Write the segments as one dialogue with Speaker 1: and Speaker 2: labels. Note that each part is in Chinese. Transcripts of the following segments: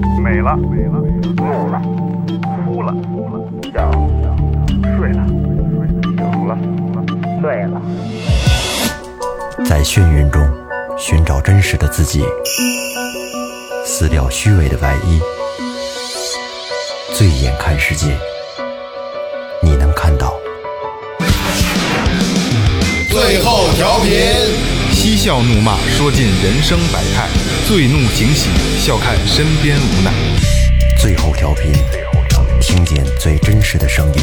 Speaker 1: 了，怒了，哭了，笑了，睡了，醒了，醉了。
Speaker 2: 在眩晕中寻找真实的自己，撕掉虚伪的外衣，醉眼看世界，你能看到。
Speaker 3: 最后调频，
Speaker 4: 嬉笑怒骂，说尽人生百态；醉怒惊喜，笑看身边无奈。
Speaker 2: 最后调频，听见最真实的声音。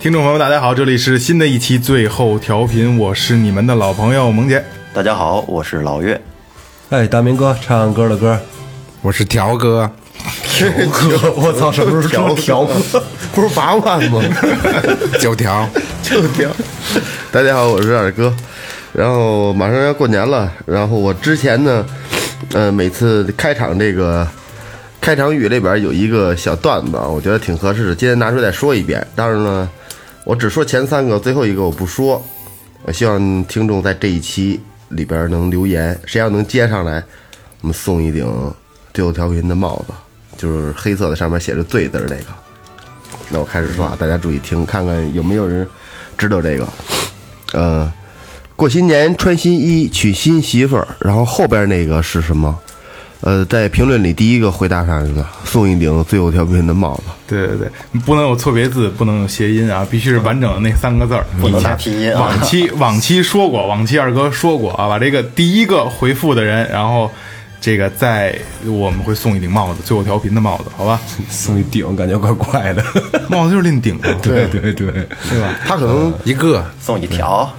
Speaker 4: 听众朋友们，大家好，这里是新的一期最后调频，我是你们的老朋友萌姐。
Speaker 2: 大家好，我是老岳。
Speaker 5: 哎，大明哥唱歌的歌，
Speaker 6: 我是条哥，
Speaker 5: 我操，什么时候调过？
Speaker 7: 不是八万吗？
Speaker 6: 九条，
Speaker 7: 就调。 大家好，我是二哥。然后马上要过年了，然后我之前呢，呃，每次开场这个开场语里边有一个小段子啊，我觉得挺合适的，今天拿出来再说一遍。但是呢，我只说前三个，最后一个我不说。我希望听众在这一期里边能留言，谁要能接上来，我们送一顶最后调频的帽子，就是黑色的，上面写着“最”字儿那个。那我开始说啊，大家注意听，看看有没有人知道这个。呃，过新年穿新衣，娶新媳妇儿，然后后边那个是什么？呃，在评论里第一个回答上去的，送一顶最后调频的帽子。
Speaker 4: 对对对，不能有错别字，不能有谐音啊，必须是完整嗯的那三个字儿，不能
Speaker 8: 加拼音啊
Speaker 4: 往期往期说过，往期二哥说过啊，把这个第一个回复的人，然后这个在我们会送一顶帽子，最后调频的帽子，好吧？
Speaker 5: 送一顶，感觉怪怪的。
Speaker 4: 帽子就是另顶的。
Speaker 5: 对对对，
Speaker 7: 他可能
Speaker 6: 一个
Speaker 8: 送一条，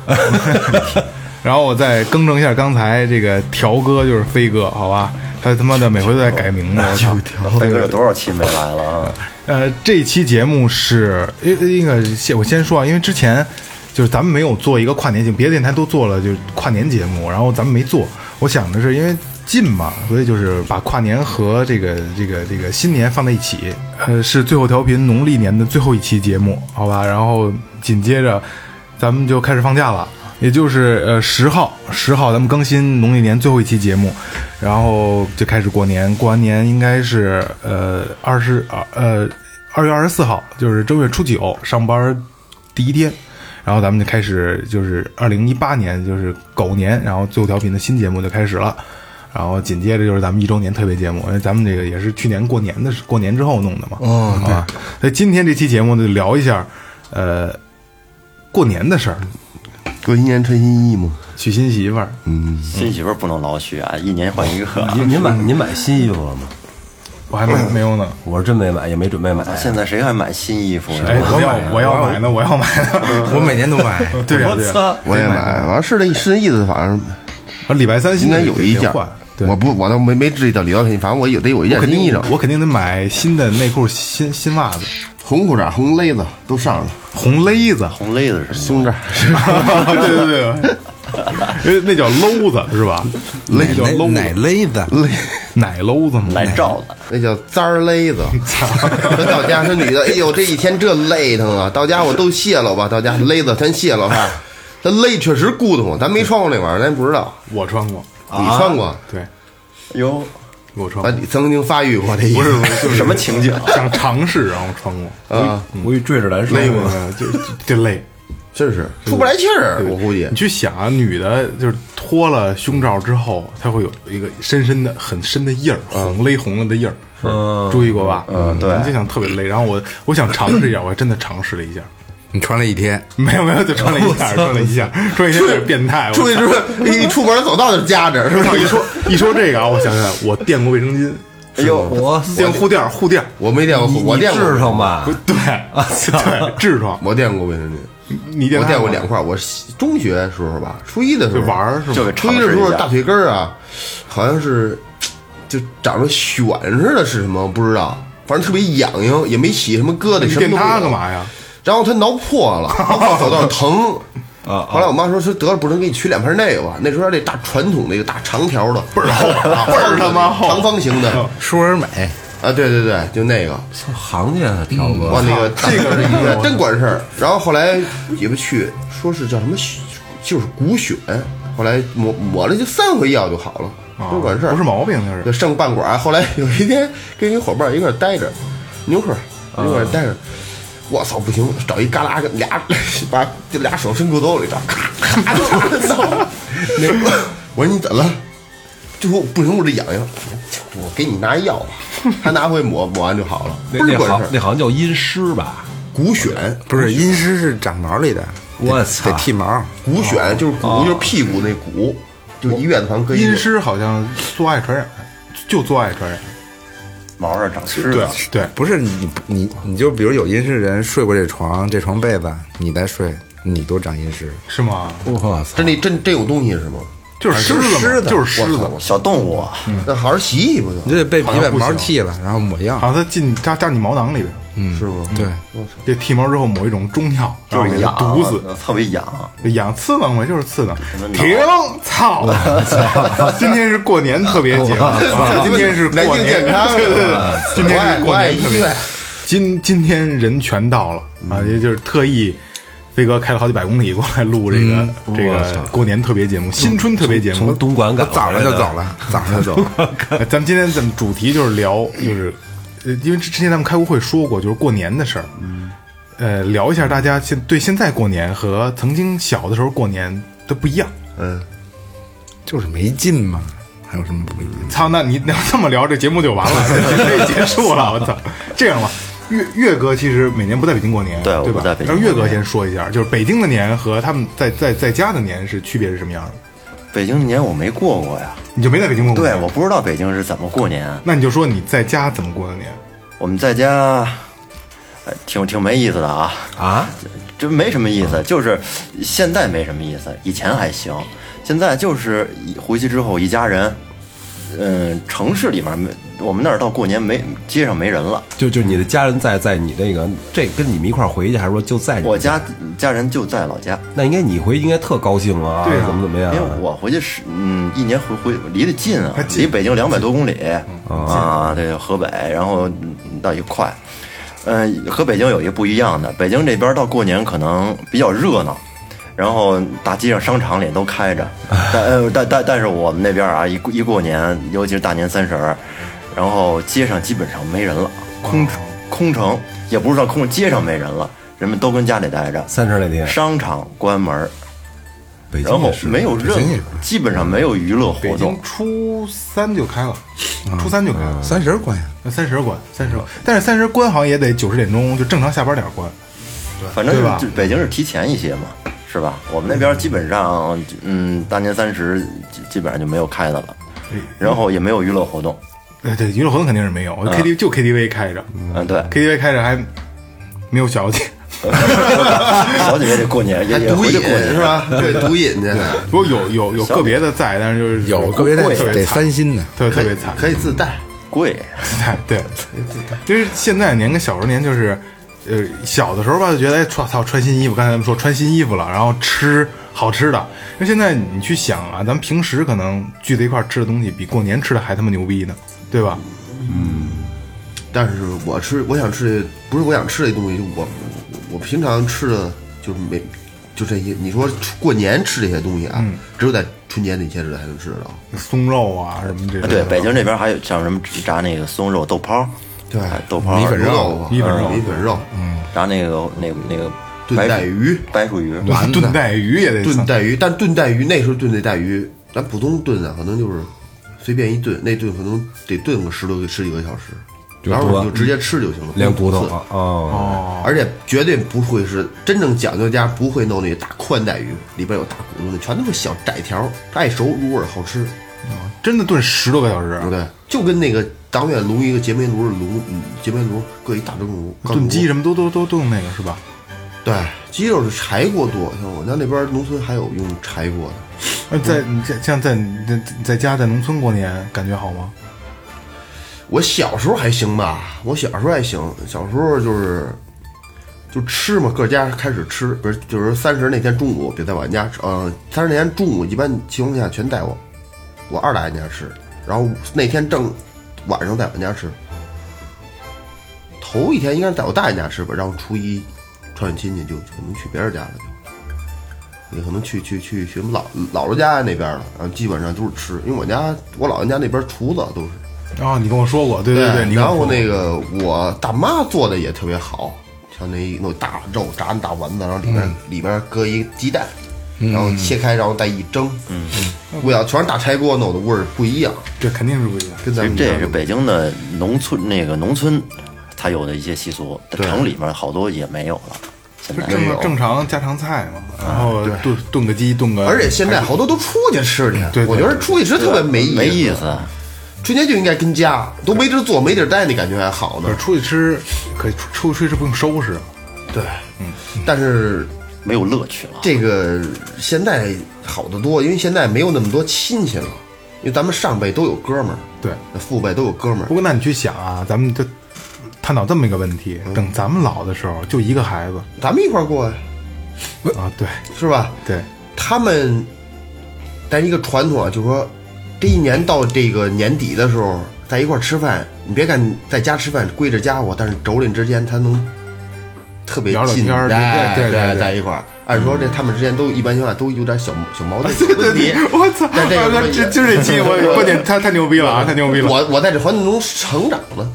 Speaker 4: 然后我再更正一下刚才这个条哥就是飞哥，好吧？他他妈的每回都在改名字，我操！
Speaker 8: 飞哥有多少期没来了啊？
Speaker 4: 呃，这期节目是因为那个先我先说啊，因为之前就是咱们没有做一个跨年节目，别的电台都做了就是跨年节目，然后咱们没做。我想的是因为近嘛，所以就是把跨年和这个这个这个新年放在一起。呃，是最后调频农历年的最后一期节目，好吧？然后紧接着咱们就开始放假了。也就是呃十号，十号咱们更新农历年最后一期节目，然后就开始过年。过完年应该是呃二十呃二月二十四号，就是正月初九上班第一天，然后咱们就开始就是二零一八年就是狗年，然后最后调频的新节目就开始了。然后紧接着就是咱们一周年特别节目，因为咱们这个也是去年过年的时过年之后弄的嘛，哦，啊，所以今天这期节目就聊一下，呃，过年的事儿，
Speaker 7: 过新年穿新衣嘛。
Speaker 4: 娶新媳妇儿，
Speaker 8: 新媳妇儿不能老许啊，一年换一个。
Speaker 5: 您您买您买新衣服了吗？
Speaker 4: 我还没没有呢。
Speaker 5: 我是真没买，也没准备买。
Speaker 8: 现在谁还买新衣服呀？
Speaker 4: 哎，我要我要买呢，我要买呢。
Speaker 6: 我每年都买。
Speaker 4: 对呀、
Speaker 5: 我
Speaker 4: 对呀、
Speaker 5: 操！
Speaker 7: 我也买，完是那是那意思，反正
Speaker 4: 啊礼拜三
Speaker 7: 应
Speaker 4: 新
Speaker 7: 该
Speaker 4: 的
Speaker 7: 有一
Speaker 4: 得
Speaker 7: 件
Speaker 4: 换。。对，
Speaker 7: 我不，我倒没没注意到李道肯，反正我有得有一件
Speaker 4: 我肯
Speaker 7: 新衣
Speaker 4: 定
Speaker 7: 裳，
Speaker 4: 我肯定得买新的内裤、新新袜子、
Speaker 7: 红裤衩、红勒子都上了，
Speaker 4: 红勒子。
Speaker 8: 红勒子是什么
Speaker 7: 松这儿
Speaker 4: 对对对，对那叫搂子是吧？那叫
Speaker 6: 奶
Speaker 4: 搂
Speaker 6: 哎奶
Speaker 4: 子，
Speaker 6: 勒子，
Speaker 7: 勒，
Speaker 4: 奶搂子吗？
Speaker 8: 来 罩子，
Speaker 7: 那叫簪儿勒子。到家是女的，哎呦，这一天这累腾啊！到家我都卸了吧，到家勒子全卸了吧。他勒确实咕咚，咱没穿过那玩意儿，咱不知道。
Speaker 4: 我穿过，
Speaker 7: 你穿过？
Speaker 4: 对
Speaker 8: 哟，
Speaker 4: 我穿
Speaker 7: 啊，
Speaker 4: 过，
Speaker 7: 你曾经发育过这衣服
Speaker 4: 不是不是，就是
Speaker 8: 什么情景？
Speaker 4: 想尝试，然后穿过，
Speaker 7: 啊？
Speaker 5: 我一坠着来说，
Speaker 4: 累吗？就就就累。
Speaker 7: 真是出不来气儿，我估计
Speaker 4: 你。去想啊，女的就是脱了胸罩之后，她会有一个深深的、很深的印儿，
Speaker 7: 嗯
Speaker 4: 红勒红了的印儿，
Speaker 5: 嗯
Speaker 4: 注意过吧？嗯，
Speaker 8: 对
Speaker 4: 你就想特别勒。然后我我想尝试一下，我还真的尝试了一下，
Speaker 6: 你穿了一天，
Speaker 4: 没有没有，就穿了一 下，穿了一下，穿了一下有点变态。我
Speaker 7: 出去之后， 一出门走道就夹着，是吧？
Speaker 4: 一说一说这个啊，我想起来，我垫过卫生巾，
Speaker 8: 哎呦，
Speaker 5: 我
Speaker 4: 垫护垫儿护垫儿，
Speaker 7: 我没垫过，我
Speaker 5: 你
Speaker 7: 垫过，
Speaker 5: 痔疮吧
Speaker 4: 不？对啊，对痔疮，
Speaker 7: 我垫过卫生巾，
Speaker 4: 你垫
Speaker 7: 我
Speaker 4: 它
Speaker 7: 垫过
Speaker 4: 吗
Speaker 7: 两块。我中学时候吧，初一的时候
Speaker 4: 就玩儿是吗
Speaker 8: 就给
Speaker 7: 初
Speaker 8: 尝
Speaker 7: 一的时
Speaker 8: 试一
Speaker 7: 候大
Speaker 8: 下。
Speaker 7: 腿根儿啊，好像是就长着癣似的，是什么不知道，反正特别痒痒，也没起什么疙瘩，
Speaker 4: 你
Speaker 7: 什么
Speaker 4: 垫
Speaker 7: 啊都没
Speaker 4: 它
Speaker 7: 有
Speaker 4: 干？嘛呀？
Speaker 7: 然后它挠破 了，挠破走道 疼。啊！后来我妈说说得了，不能给你取两片那个吧？那时候那 大传统那个大长条的，倍儿厚，倍
Speaker 4: 倍儿他妈厚
Speaker 7: 长方形的，
Speaker 6: 舒尔美，
Speaker 7: 啊，对对对，就那个，
Speaker 5: 操行家啊，条哥，
Speaker 7: 哇，那个这个一个真管事儿。然后后来也不去，说是叫什么血，就是骨癣，后来抹抹了就三回药就好了，真管事儿，
Speaker 4: 啊不是毛病那。
Speaker 7: 就是剩半管儿。后来有一天跟一伙伴儿一块儿待着，牛克儿一块儿待着，我操不行，找一旮旯俩把就俩手伸裤兜里头，咔咔咔操！那个我说你怎么了？就说不行，我这痒痒，我给你拿一药吧，他拿回抹抹完就好了，
Speaker 5: 那
Speaker 7: 不是
Speaker 5: 那
Speaker 7: 管事
Speaker 5: 行
Speaker 7: 儿
Speaker 5: 那，好像叫阴湿吧？
Speaker 7: 骨癣。
Speaker 6: 不是阴湿是长毛里的，得
Speaker 5: 我操
Speaker 6: 得剃毛。
Speaker 7: 骨癣就是骨，就是屁股那骨，就是医院旁科医
Speaker 4: 阴
Speaker 7: 院
Speaker 4: 湿好像做爱传染，就做爱传染。
Speaker 8: 毛上长虱
Speaker 4: 对
Speaker 8: 子，
Speaker 4: 对，
Speaker 6: 不是你不你你就比如有阴湿人睡过这床，这床被子你再睡，你都长阴湿。
Speaker 4: 是吗？
Speaker 5: 我操！
Speaker 7: 真的真真有东西是吗？
Speaker 4: 就是狮子
Speaker 6: 狮
Speaker 4: 嘛，
Speaker 6: 子
Speaker 4: 就是狮子。
Speaker 8: 小动物啊，
Speaker 7: 那好好洗洗不就？
Speaker 6: 你就得被
Speaker 4: 好
Speaker 6: 你
Speaker 4: 像
Speaker 6: 把
Speaker 4: 不
Speaker 6: 毛
Speaker 4: 行
Speaker 6: 剃了，然后抹药。
Speaker 4: 好像它进扎扎你毛囊里边，
Speaker 7: 是吗？
Speaker 6: 对，
Speaker 4: 这剃毛之后抹一种中药，然后
Speaker 8: 就是
Speaker 4: 给它
Speaker 8: 痒，
Speaker 4: 毒死。
Speaker 8: 特别痒。
Speaker 4: 痒刺挠嘛，就是刺挠。停！操！ 今天是过年特别节目，啊今天是过
Speaker 7: 南京
Speaker 4: 年
Speaker 7: 健康
Speaker 4: 对对对，今天是
Speaker 7: 国
Speaker 4: 过
Speaker 7: 爱
Speaker 4: 年
Speaker 7: 医
Speaker 4: 特别
Speaker 7: 院。
Speaker 4: 今今天人全到了啊，也就是特意。飞哥开了好几百公里过来录这个这个过年特别节目，新春特别节目
Speaker 5: 从。东莞赶回
Speaker 6: 早
Speaker 5: 来
Speaker 6: 上就走了，早上就走了。
Speaker 4: 呃 咱们今天咱们主题就是聊，就是呃，因为之之前咱们开过会说过，就是过年的事儿。
Speaker 8: 嗯
Speaker 4: 呃，聊一下大家现对现在过年和曾经小的时候过年的不一样。
Speaker 7: 嗯，
Speaker 6: 就是没劲嘛，还有什么不一样？
Speaker 4: 操，那你要这么聊，这节目就完了， 这节目也结束了。我操，这样吧，岳岳哥其实每年不在北京过年，
Speaker 8: 对
Speaker 4: 对
Speaker 8: 我
Speaker 4: 吧
Speaker 8: 不在北？京
Speaker 4: 让
Speaker 8: 过
Speaker 4: 岳
Speaker 8: 年
Speaker 4: 哥先说一下，就是北京的年和他们在在在家的年是区别是什么样的？
Speaker 8: 北京年我没过过呀，
Speaker 4: 你就没在北京过过
Speaker 8: 对
Speaker 4: 年，，
Speaker 8: 我不知道北京是怎么过年。啊
Speaker 4: 那你就说你在家怎么过的年？
Speaker 8: 我们在家，呃挺挺没意思的啊，
Speaker 5: 啊！
Speaker 8: 这没什么意思，就是现在没什么意思，以前还行，现在就是一回去之后一家人，嗯，城市里面没，我们那儿到过年没街上没人了，
Speaker 5: 就就你的家人在在你那个这跟你们一块儿回去，还是说就在你
Speaker 8: 我家家人就在老家，
Speaker 5: 那应该你回应该特高兴啊，
Speaker 4: 对啊
Speaker 5: 怎么怎么
Speaker 8: 因
Speaker 5: 样
Speaker 8: 为
Speaker 5: 啊？
Speaker 8: 我回去是嗯一年回回离得近啊
Speaker 4: 还，近
Speaker 8: 离北京两百多公里啊，对河北，然后嗯到也快，嗯、和北京有一个不一样的，北京这边到过年可能比较热闹。然后大街上、商场里都开着，但呃但但但是我们那边啊，一过一过年，尤其是大年三十儿，然后街上基本上没人了，空空城，也不是说空，街上没人了，人们都跟家里待着，
Speaker 5: 三十那天，
Speaker 8: 商场关门儿，
Speaker 5: 北京
Speaker 8: 然后
Speaker 5: 也是
Speaker 8: 没有任
Speaker 6: 京也是
Speaker 8: 何，基本上没有娱乐
Speaker 4: 北
Speaker 8: 活动嗯
Speaker 4: 京。初三就开了，初三就开了，
Speaker 6: 三十关呀，
Speaker 4: 三十关，三十，但是三十关好像也得九十点钟就正常下班点儿关。
Speaker 8: 反正
Speaker 4: 对吧
Speaker 8: 就北京是提前一些嘛，是吧？我们那边基本上，嗯，大年三十基基本上就没有开的了，然后也没有娱乐活动。
Speaker 4: 对呃对，娱乐活动肯定是没有，KTV 就 KTV 开着
Speaker 8: 嗯，对，
Speaker 4: ，KTV 开着还没有小姐。
Speaker 8: 小姐姐这过年也
Speaker 7: 还
Speaker 8: 也
Speaker 7: 毒
Speaker 8: 回去
Speaker 7: 瘾
Speaker 8: 过年
Speaker 7: 是？吧？ 对，毒瘾去，
Speaker 4: 不过有有有个别的在，但是就是
Speaker 6: 有个别的
Speaker 4: 特
Speaker 6: 得
Speaker 4: 别惨，
Speaker 6: 翻新的。
Speaker 4: 特别特别惨，
Speaker 7: 可以自带。
Speaker 8: 贵，
Speaker 4: 对，因为现在年跟小时候年就是，呃，小的时候吧就觉得哎穿操穿新衣服，刚才咱们说穿新衣服了，然后吃好吃的。因为现在你去想啊，咱们平时可能聚在一块儿吃的东西比过年吃的还他妈牛逼呢，对吧？
Speaker 7: 但是我吃，我想吃的不是我想吃这东西，就我我我平常吃的就没就这些。你说过年吃这些东西啊，只有在春节那些日子才能吃得到。
Speaker 4: 松肉啊什么这种，
Speaker 8: 对，北京这边还有像什么炸那个松肉豆泡，对，
Speaker 7: 哎
Speaker 8: 豆泡
Speaker 6: 米粉肉
Speaker 7: 肉嗯啊
Speaker 4: 米粉肉
Speaker 7: 米粉肉，
Speaker 8: 炸那个那个那个
Speaker 7: 炖
Speaker 8: 白
Speaker 7: 带鱼
Speaker 8: 白薯鱼，
Speaker 4: 炖炖带鱼也得
Speaker 7: 炖带鱼，但炖带鱼那时候炖那带鱼，咱普通炖啊，可能就是随便一炖，那炖可能得炖个十多个十几个小时，
Speaker 5: 就
Speaker 7: 然后
Speaker 5: 多
Speaker 7: 你就直接吃就行了，
Speaker 5: 连
Speaker 7: 不
Speaker 5: 骨
Speaker 7: 用
Speaker 5: 头
Speaker 7: 刺
Speaker 5: 啊哦，
Speaker 7: 而且绝对不会是真正讲究家不会弄那大宽带鱼，里边有大骨头的，全都是小窄条，爱熟入味儿，好吃，
Speaker 4: 真的炖十多个小时
Speaker 7: 对不，对？就跟那个党远炉一个结煤炉炉嗯结煤炉各一大蒸炉，钢炉
Speaker 4: 炖鸡什么都都都炖那个是吧？
Speaker 7: 对，鸡肉是柴锅多，像我家那边农村还有用柴锅的，
Speaker 4: 那在
Speaker 7: 嗯
Speaker 4: 你在像在你在在家在农村过年感觉好吗？
Speaker 7: 我小时候还行吧，我小时候还行，小时候就是就吃嘛，各家开始吃，不是就是三十那天中午别在我家吃，嗯、三十那天中午一般情况下全在我我二大爷家吃，然后那天正晚上在我家吃，头一天应该是在我大爷家吃吧，然后初一串亲戚就可能去别人家了就，也可能去去去去我们姥姥姥家那边了，然后基本上都是吃，因为我家我姥姥家那边厨子都是，
Speaker 4: 然啊后你跟我说过，对对对，你跟
Speaker 7: 然
Speaker 4: 我
Speaker 7: 后
Speaker 4: 说过
Speaker 7: 那个我大妈做的也特别好，像那那大肉炸那大丸子，然后里边、
Speaker 4: 嗯
Speaker 7: 里边搁一鸡蛋，然后切开，然后再一蒸，嗯，味道全是大柴锅弄的味儿不一样，
Speaker 4: 这肯定是不一样。
Speaker 7: 跟咱
Speaker 8: 其实
Speaker 7: 们
Speaker 8: 这
Speaker 7: 家
Speaker 8: 也是北京的农村那个农村才有的一些习俗，城里面好多也没有了。现在
Speaker 7: 哎
Speaker 4: 就正正常家常菜嘛，然后炖炖个鸡，炖个，
Speaker 7: 而且现在好多都出去吃去，
Speaker 4: 对对
Speaker 7: 我觉得出去吃特别没意思。啊
Speaker 8: 没意思，
Speaker 7: 春节就应该跟家，都没地儿坐，没地儿待，那感觉还好
Speaker 4: 可
Speaker 7: 呢
Speaker 4: 是。出去吃，可以出出去吃是不用收拾，
Speaker 7: 对，嗯，但是
Speaker 8: 没有乐趣了。
Speaker 7: 这个现在好得多，因为现在没有那么多亲戚了，因为咱们上辈都有哥们儿，
Speaker 4: 对。
Speaker 7: 父辈都有哥们
Speaker 4: 不
Speaker 7: 儿，
Speaker 4: 过那你去想啊，咱们就探讨这么一个问题：
Speaker 7: 嗯
Speaker 4: 等咱们老的时候，就一个孩子
Speaker 7: 咱们一块儿过呀，
Speaker 4: 啊，对
Speaker 7: 是吧？
Speaker 4: 对，
Speaker 7: 他们，但是一个传统啊，就是说，这一年到这个年底的时候，在一块儿吃饭，你别看在家吃饭归着家伙，但是妯娌之间他能特别
Speaker 4: 聊聊
Speaker 7: 近，
Speaker 4: 天儿对
Speaker 7: 哎
Speaker 4: 对对对对
Speaker 7: 在一块儿。按说这他们之间都一般情况下都有点小小矛盾，对对对，
Speaker 4: 我操！
Speaker 7: 但这个
Speaker 4: 我操这就这期 我观点太太牛逼了啊，太牛逼了！
Speaker 7: 我我在这环境中成长呢，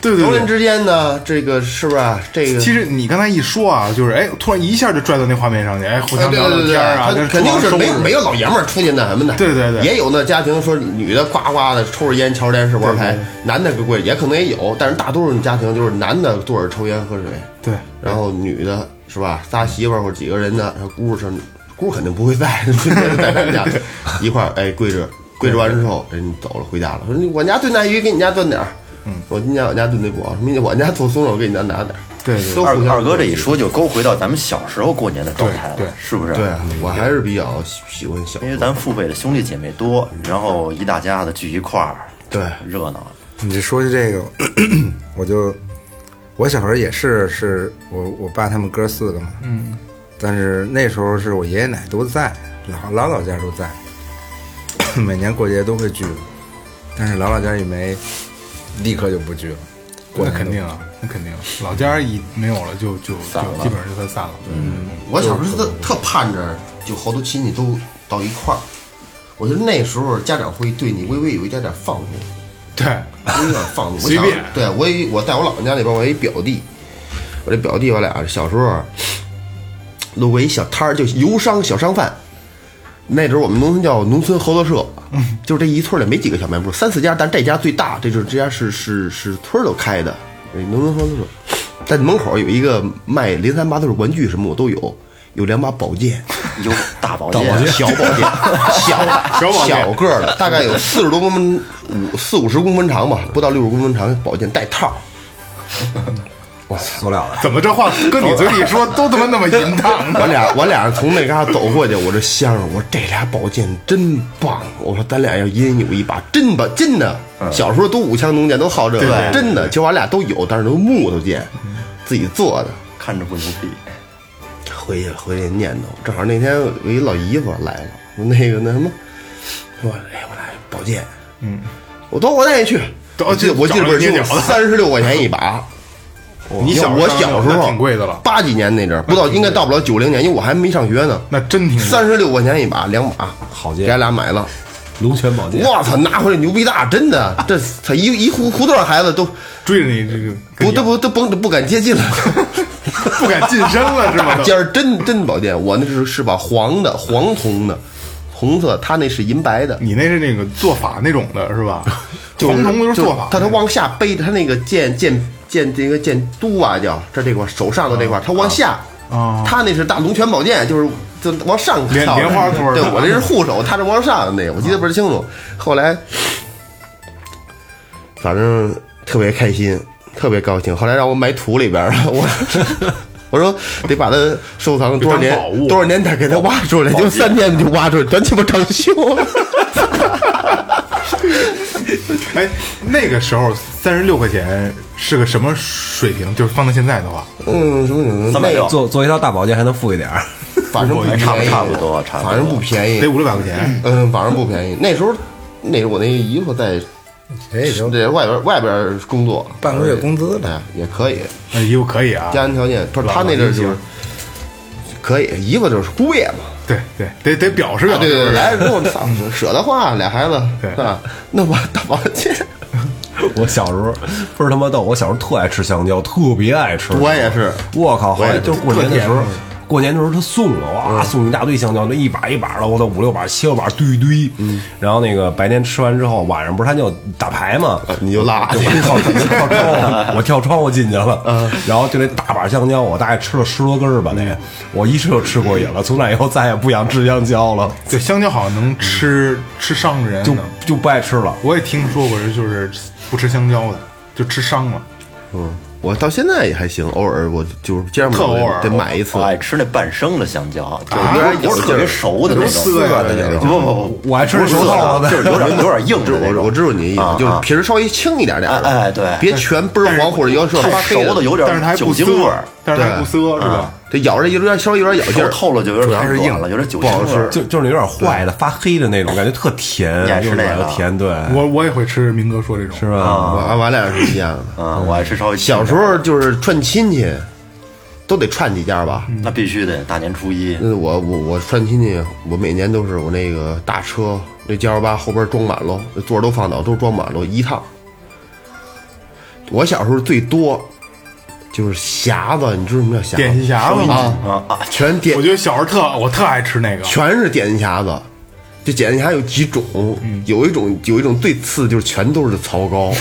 Speaker 4: 对对
Speaker 7: 妯
Speaker 4: 对
Speaker 7: 娌。之间呢，这个是不是啊这个？
Speaker 4: 其实你刚才一说啊，就是哎，突然一下就拽到那画面上去，哎，互
Speaker 7: 哎
Speaker 4: 相
Speaker 7: 对
Speaker 4: 聊
Speaker 7: 对
Speaker 4: 聊
Speaker 7: 对对，
Speaker 4: 天儿啊，
Speaker 7: 他
Speaker 4: 跟
Speaker 7: 肯定是
Speaker 4: 厨房
Speaker 7: 没
Speaker 4: 收拾
Speaker 7: 没有老爷们儿出去那什么的，
Speaker 4: 对对对
Speaker 7: 也有那家庭说女的呱呱的抽着烟瞧着电视玩牌
Speaker 4: 对对，
Speaker 7: 男的贵也可能也有，但是大多数家庭就是男的坐着抽烟喝水，
Speaker 4: 对，
Speaker 7: 然后女的是吧，仨媳妇儿或者几个人呢，然后姑是姑肯定不会在， 在咱家一块儿哎跪着跪着完之后，哎你走了回家了，说你我家炖带鱼给你家炖点儿，嗯，我今天我家炖那不好，什么我家做松肉给你家拿点儿，
Speaker 4: 对对
Speaker 7: 都
Speaker 8: 二
Speaker 7: 互相
Speaker 8: 二哥这一说就勾回到咱们小时候过年的状态了，
Speaker 4: 对对
Speaker 8: 是不是？
Speaker 7: 对
Speaker 4: 嗯
Speaker 7: 我还是比较喜喜欢小时候
Speaker 8: 因为咱父辈的兄弟姐妹多，然后一大家子聚一块儿，
Speaker 7: 对
Speaker 8: 热闹。
Speaker 6: 你说起这个， 我就我小时候也是，是我我爸他们哥四个嘛，嗯，但是那时候是我爷爷奶奶都在，老老老家都在， 每年过节都会聚，但是老老家一没，立刻就不聚了，过
Speaker 4: 那
Speaker 6: 年都
Speaker 4: 肯定啊，那肯定，老家一没有了就就就基本上就算散了。嗯，
Speaker 7: 我小时候特特盼着，就好多亲戚都到一块儿。我觉得那时候家长会对你微微有一点点放纵，
Speaker 4: 对，
Speaker 7: 有一点放纵。我
Speaker 4: 随
Speaker 7: 小
Speaker 4: 便
Speaker 7: 对我有一我在我姥姥家那边，我有一表弟，我这表弟我俩小时候啊路过一小摊儿，就油商小商贩。那时候我们农村叫农村合作社，就是这一村儿里没几个小卖部，三四家，但这家最大，这就是这家是是是村儿都开的，哎农村合作社。在门口有一个卖零三八都是玩具什么我都有，有两把宝剑，
Speaker 8: 有大保
Speaker 4: 啊
Speaker 8: 健，
Speaker 7: 小宝 剑，小
Speaker 4: 小宝剑
Speaker 7: 小个儿的，大概有四十多公分，五四五十公分长吧，不到六十公分长，宝剑带套儿，
Speaker 6: 塑 料的。
Speaker 4: 怎么这话跟你嘴里说都他妈那么淫荡
Speaker 7: 我
Speaker 4: 呢？
Speaker 7: 俩我俩从那嘎走过去，我这香，我说这俩宝剑真棒，我说咱俩要一人有一把，真吧，真的，
Speaker 4: 嗯
Speaker 7: 小时候都武枪农剑都好这个，真的，其实我俩都有，但是都木头剑，
Speaker 4: 嗯
Speaker 7: 自己做的。
Speaker 8: 看着不牛逼。
Speaker 7: 回去回去念叨，正好那天有一老姨夫来了，我那个那什么，说哎我俩宝剑，嗯，我走我带你去，
Speaker 4: 走
Speaker 7: 我记得
Speaker 4: 去
Speaker 7: 我记得
Speaker 4: 找
Speaker 7: 倍儿
Speaker 4: 人
Speaker 7: 清
Speaker 4: 捏
Speaker 7: 楚，
Speaker 4: 脚的
Speaker 7: 三十六块钱一把。
Speaker 4: 你小时候
Speaker 7: 我小时
Speaker 4: 那
Speaker 7: 候
Speaker 4: 挺贵的了
Speaker 7: 八几年那阵儿不到应该到不了九零年，因为我还没上学呢。
Speaker 4: 那真挺
Speaker 7: 三十六块钱一把，两把，好
Speaker 5: 剑
Speaker 7: 给俺俩买了。
Speaker 5: 龙泉宝剑，
Speaker 7: 我操，拿回来牛逼大，真的，这他一一胡胡同儿孩子都
Speaker 4: 追着你这个跟
Speaker 7: 不
Speaker 4: 你
Speaker 7: 都不都甭不敢 接近了。
Speaker 4: 不敢近身了是 吗？都
Speaker 7: 尖儿真真宝剑，我那是是把黄的黄铜的，红色，他那是银白的，
Speaker 4: 你那是那个做法那种的是吧？
Speaker 7: 就
Speaker 4: 黄
Speaker 7: 是
Speaker 4: 铜都是做法，嗯
Speaker 7: 他他往下背着他那个剑剑剑这个剑都啊叫这这块儿手上的这块儿，他往下
Speaker 4: 啊
Speaker 7: 他那是大龙泉宝剑，就是就往上
Speaker 4: 莲
Speaker 7: 翘着
Speaker 4: 莲花托儿啊
Speaker 7: 对
Speaker 4: 是吧
Speaker 7: 我这是护手，他是往上的那个，我记得倍儿清楚。后来反正特别开心，特别高兴。后来让我埋土里边儿了， 我我说得把它收藏多少年
Speaker 4: 就当宝物，啊
Speaker 7: 多少年才给它挖出来，就三天就挖出来，全鸡巴长锈了。
Speaker 4: 哎，那个时候三十六块钱是个什么水平？就是放到现在的话，
Speaker 7: 嗯，什么什么
Speaker 8: 三百六
Speaker 5: 做做一套大保健还能富一点儿。
Speaker 7: 反正不便宜
Speaker 8: 差不差不多差不多
Speaker 5: 嗯
Speaker 7: 哎反正不便
Speaker 4: 得
Speaker 7: 宜。嗯
Speaker 4: 五六百块钱。
Speaker 7: 嗯，反正不便宜。那时候，那时候我那姨夫在
Speaker 6: 也也就
Speaker 7: 这外边外边工作，
Speaker 6: 半个月工资吧
Speaker 7: 哎，也可以，
Speaker 4: 那衣服可以啊，
Speaker 7: 家庭条件，他
Speaker 4: 老
Speaker 7: 他那阵儿就
Speaker 4: 老
Speaker 7: 是
Speaker 4: 年
Speaker 7: 可以，姨夫就是姑爷嘛，
Speaker 4: 对对，得得表示
Speaker 7: 对
Speaker 4: 表
Speaker 5: 啊
Speaker 7: 啊对对，
Speaker 4: 示，
Speaker 7: 来，如果操舍得花俩孩子
Speaker 4: 对
Speaker 7: 是吧？弄把大房间，
Speaker 5: 我小时候倍儿他妈逗，我小时候特爱吃香蕉，特别爱吃。
Speaker 7: 我也是
Speaker 5: 我靠，好
Speaker 7: 我也
Speaker 5: 像
Speaker 7: 嗯是
Speaker 5: 就是过年的时候，过年的时候他送了，
Speaker 7: 嗯
Speaker 5: 哇，送一大堆香蕉，那一把一把的，我操，五六把、七八把堆一堆。
Speaker 7: 嗯
Speaker 5: 然后那个白天吃完之后，晚上不是他就打牌嘛，
Speaker 7: 呃你嗯就拉
Speaker 5: 就
Speaker 7: 去
Speaker 5: 我，跳跳窗 户，我跳窗户进去了，然后就那大把香蕉，我大概吃了十多根儿吧，
Speaker 7: 嗯
Speaker 5: 那个我一吃就吃过瘾了，从那以后再也不想吃香蕉了，
Speaker 4: 对香蕉好像能吃吃伤人
Speaker 7: 哎
Speaker 5: 就
Speaker 4: 呢，
Speaker 5: 就不爱吃了。
Speaker 4: 我也听说过人就是不吃香蕉的就吃伤了，
Speaker 7: 嗯， 我到现在也还行，偶尔我就是街上买
Speaker 4: 特偶尔
Speaker 7: 得买一次
Speaker 8: 我，爱吃那半生的香蕉，就是
Speaker 7: 啊
Speaker 8: 有点有点特别熟的那种。
Speaker 7: 撕的那
Speaker 8: 不
Speaker 7: 种。
Speaker 8: 不不不，
Speaker 5: 我爱吃那
Speaker 8: 不是
Speaker 5: 熟
Speaker 8: 涩
Speaker 7: 啊
Speaker 5: 透
Speaker 8: 的，
Speaker 5: 了
Speaker 8: 就
Speaker 5: 的
Speaker 8: 是有点有点硬
Speaker 7: 我知
Speaker 8: 的那
Speaker 7: 我
Speaker 8: 种。
Speaker 7: 我知道你的意
Speaker 8: 啊
Speaker 7: 思，就是
Speaker 8: 啊
Speaker 7: 皮儿稍微轻一点点的，
Speaker 8: 哎哎对
Speaker 7: 别全倍儿黄或者有点稍微
Speaker 8: 太
Speaker 7: 发黑
Speaker 8: 熟
Speaker 7: 的
Speaker 8: 的，有
Speaker 4: 但是它还
Speaker 8: 点酒
Speaker 4: 不
Speaker 8: 精
Speaker 4: 涩
Speaker 8: 味儿，，
Speaker 4: 但是它还不涩是
Speaker 5: 啊
Speaker 4: 吧？
Speaker 7: 这咬着有点稍微有点咬劲
Speaker 8: 熟
Speaker 7: 儿，
Speaker 8: 透了就有点
Speaker 7: 主要是
Speaker 8: 太
Speaker 7: 硬
Speaker 8: 软了有点酒
Speaker 7: 不好
Speaker 8: 精味
Speaker 7: 吃
Speaker 8: 儿。
Speaker 5: 就就是有点坏的、发黑的那种，感觉特甜，
Speaker 8: 你爱吃
Speaker 5: 又软
Speaker 8: 那个
Speaker 5: 又甜，对，
Speaker 4: 我我也会吃明哥说这种，
Speaker 5: 是吧？
Speaker 7: 我俺俩是一样的。
Speaker 8: 啊，我爱吃稍微
Speaker 7: 小时
Speaker 8: 轻
Speaker 7: 候
Speaker 8: 点儿
Speaker 7: 就是串亲戚，都得串几家
Speaker 4: 嗯
Speaker 7: 吧。
Speaker 8: 那必须得大年初一，
Speaker 7: 那我我我串亲戚，我每年都是我那个大车那歼二八后边装满喽，那座儿都放倒，都装满喽，一趟。我小时候最多就是匣子，你知道什么叫匣子？
Speaker 4: 点心匣子嘛，
Speaker 7: 啊啊，全点
Speaker 4: 我觉得小时候特我特爱吃那个，
Speaker 7: 全是点心匣子。这点心匣有几种？
Speaker 4: 嗯
Speaker 7: 有一种有一种最次，就是全都是槽 糕，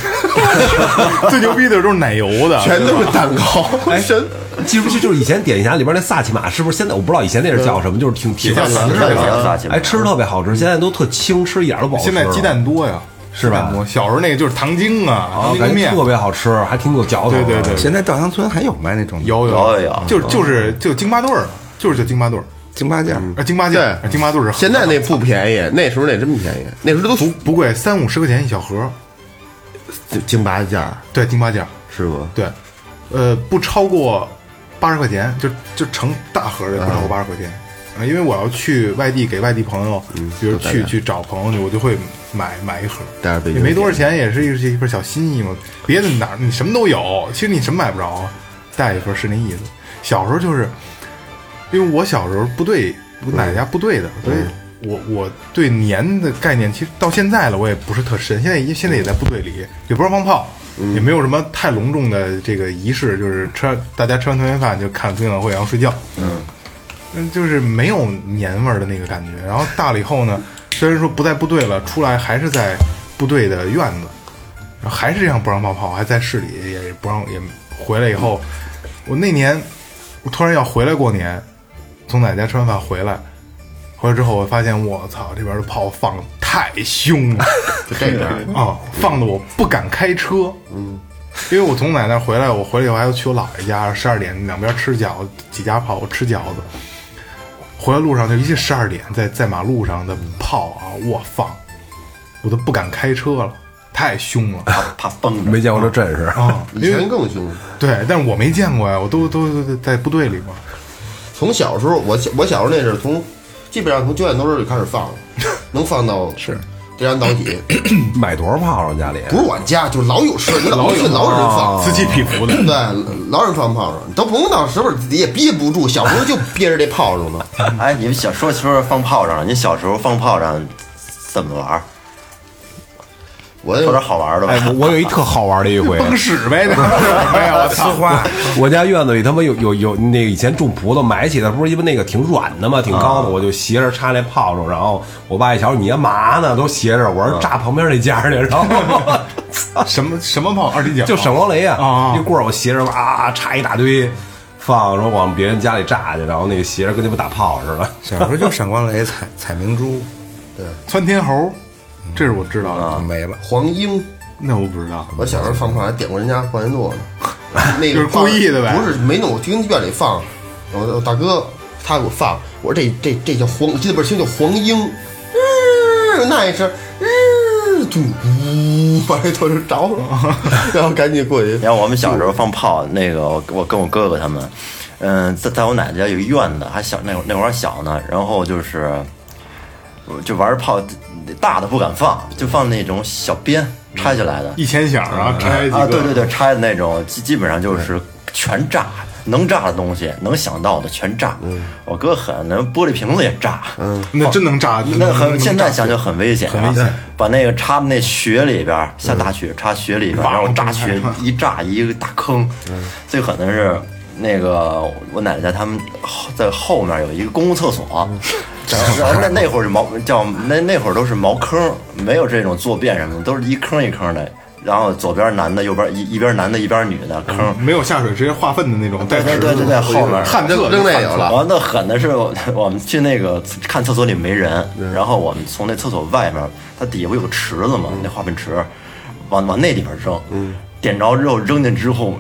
Speaker 4: 最牛逼的都是奶油的，
Speaker 7: 全都是蛋糕，
Speaker 4: 哎
Speaker 7: 全
Speaker 5: 记不记？就是以前点心匣里边那萨其玛，是不是现在我不知道以前那是叫什么，就是挺挺
Speaker 4: 叫
Speaker 5: 甜
Speaker 4: 萨其
Speaker 5: 的
Speaker 4: 玛
Speaker 8: 萨其玛
Speaker 5: 哎，吃着特别好吃，现在都特轻，吃一点都不好吃。啊
Speaker 4: 现在鸡蛋多呀，
Speaker 5: 是吧
Speaker 4: 鸡蛋多，小时候那个就是糖精啊，
Speaker 5: 啊
Speaker 4: 糖，精
Speaker 5: 感觉
Speaker 4: 面
Speaker 5: 特，别好吃，还挺有嚼头的。
Speaker 4: 对对对，
Speaker 6: 现在稻香村还有卖那种
Speaker 4: 有
Speaker 8: 有有
Speaker 4: 有
Speaker 8: 有，
Speaker 4: 就是就是就京巴顿儿，就是叫京巴顿儿，
Speaker 6: 京八件儿，
Speaker 4: 啊京巴
Speaker 7: 对
Speaker 4: 酱，啊京巴顿儿是
Speaker 7: 现在那不便宜，那时候那真便宜，那时候
Speaker 4: 不不贵，三五十块钱一小盒，
Speaker 7: 都京八件儿
Speaker 4: 对京巴酱，
Speaker 7: 是吗？
Speaker 4: 对，呃不超过八十块钱，就就成大盒的
Speaker 6: 嗯
Speaker 4: 不超过八十块钱。啊，因为我要去外地给外地朋友，
Speaker 6: 嗯
Speaker 4: 比如
Speaker 7: 都带
Speaker 4: 去
Speaker 7: 点
Speaker 4: 去找朋友去，我就会买买一盒，
Speaker 7: 带着北京
Speaker 4: 也没多少钱，也是一一份小心意嘛。别的哪儿你什么都有，其实你什么买不着啊，带一份是那意思。小时候就是，因为我小时候部队，我奶奶家部队的，所以我我对年的概念，其实到现在了，我也不是特深。现在也现在也在部队里，也不是放炮，也没有什么太隆重的这个仪式，就是吃大家吃完团圆饭就看冬晚会，然后睡觉。嗯，就是没有年味儿的那个感觉。然后大了以后呢，虽然说不在部队了，出来还是在部队的院子，然后还是这样不让放炮，还在市里也不让，也回来以后，我那年我突然要回来过年，从奶奶家吃完饭回来，回来之后我发现我操，这边的炮放得太凶了，就 这边啊，放的我不敢开车，嗯。因为我从奶奶回来，我回来以后还要去我姥爷家，十二点两边吃饺子，几家炮，我吃饺子，回来路上就一十二点，在在马路上的炮啊，我放，我都不敢开车了，太凶了
Speaker 8: 怕崩着。
Speaker 5: 没见过这阵势。
Speaker 4: 啊！
Speaker 7: 以前更凶。
Speaker 4: 对，但是我没见过呀，我都都都在部队里 嘛。
Speaker 7: 从小时候，我小我小时候那阵儿，从基本上从九点多钟就开始放了，能放到是这安早几，
Speaker 5: 买多少炮啊？家里
Speaker 7: 不是我家，就是老有事儿，你老去老有啊人放，
Speaker 4: 此起彼伏的，
Speaker 7: 对，老有人放炮仗，你都甭到时候自己也憋不住，小时候就憋着这炮仗呢。
Speaker 8: 哎，你们小说说放炮仗，你小时候放炮仗怎么玩儿？
Speaker 7: 我
Speaker 8: 说点好玩的吧。
Speaker 5: 哎，我我有一特好玩的一回，
Speaker 4: 崩屎呗，那是 没有，我操！
Speaker 5: 花。 我家院子里他妈有有有那个以前种葡萄埋起的，不是因为那个挺软的嘛，挺
Speaker 6: 啊
Speaker 5: 高的，我就斜着插那炮竹，然后我爸一瞧你干嘛呢，都斜着，我说
Speaker 6: 啊
Speaker 5: 炸旁边那家去，然后
Speaker 4: 什么什么炮，二踢脚，
Speaker 5: 就闪光雷
Speaker 4: 啊
Speaker 5: 啊
Speaker 4: 啊，
Speaker 5: 一棍儿我斜着哇插一大堆。放说往别人家里炸去，然后那个斜着跟鸡巴打炮似的。
Speaker 6: 小时候就闪光雷、彩彩明珠
Speaker 4: 窜天猴，这是我知道
Speaker 6: 就
Speaker 8: 嗯
Speaker 4: 的，
Speaker 6: 没了。
Speaker 7: 黄英，
Speaker 4: 那我不知道。
Speaker 7: 我小时候放炮还点过人家换人垛 呢，那
Speaker 4: 就
Speaker 7: 个
Speaker 4: 是故意的呗
Speaker 7: 不是没弄，我就跟院里放，我我大哥他给我放，我说这这这叫黄，我记得倍儿清，叫黄莺，嗯，那一声，嗯，就呜把这头就 着了，然后赶紧过去
Speaker 8: 你，看我们小时候放炮，那个我我跟我哥哥他们，嗯，在在我奶奶家有一院子，还小那会儿那会儿还小呢，然后就是我就玩炮，大的不敢放，就放那种小鞭拆下来的
Speaker 4: 一千响啊，拆几个？
Speaker 8: 啊，对对对，拆的那种，基基本上就是全炸，能炸的东西，能想到的全炸。
Speaker 4: 嗯
Speaker 8: 我哥狠，那玻璃瓶子也炸。嗯，
Speaker 4: 那真能炸，
Speaker 8: 那
Speaker 4: 啊能
Speaker 8: 很现在
Speaker 4: 能炸
Speaker 8: 想就很危险、啊，很危险。把那个插那雪里边儿，下大雪插雪里边儿，然后炸雪
Speaker 4: 啊
Speaker 8: 一炸一个大坑。最狠的是那个我奶奶家他们后在后面有一个公共厕所。
Speaker 4: 嗯
Speaker 8: 然后那那会儿是茅叫那那会儿都是茅坑，没有这种坐便什么的，都是一坑一坑的。然后左边男的，右边一一边男的，一边女的坑。
Speaker 4: 没有下水直接化粪的那种，带嗯
Speaker 8: 对
Speaker 4: 池
Speaker 8: 对对
Speaker 4: 子
Speaker 8: 对，
Speaker 4: 的
Speaker 8: 后面
Speaker 4: 旱厕
Speaker 7: 扔扔那有了
Speaker 8: 然哦后那狠的是， 我我们去那个看厕所里没人，然后我们从那厕所外面，它底下不有个池子嘛，那化粪池，往往那里边扔，点着之后扔进之后，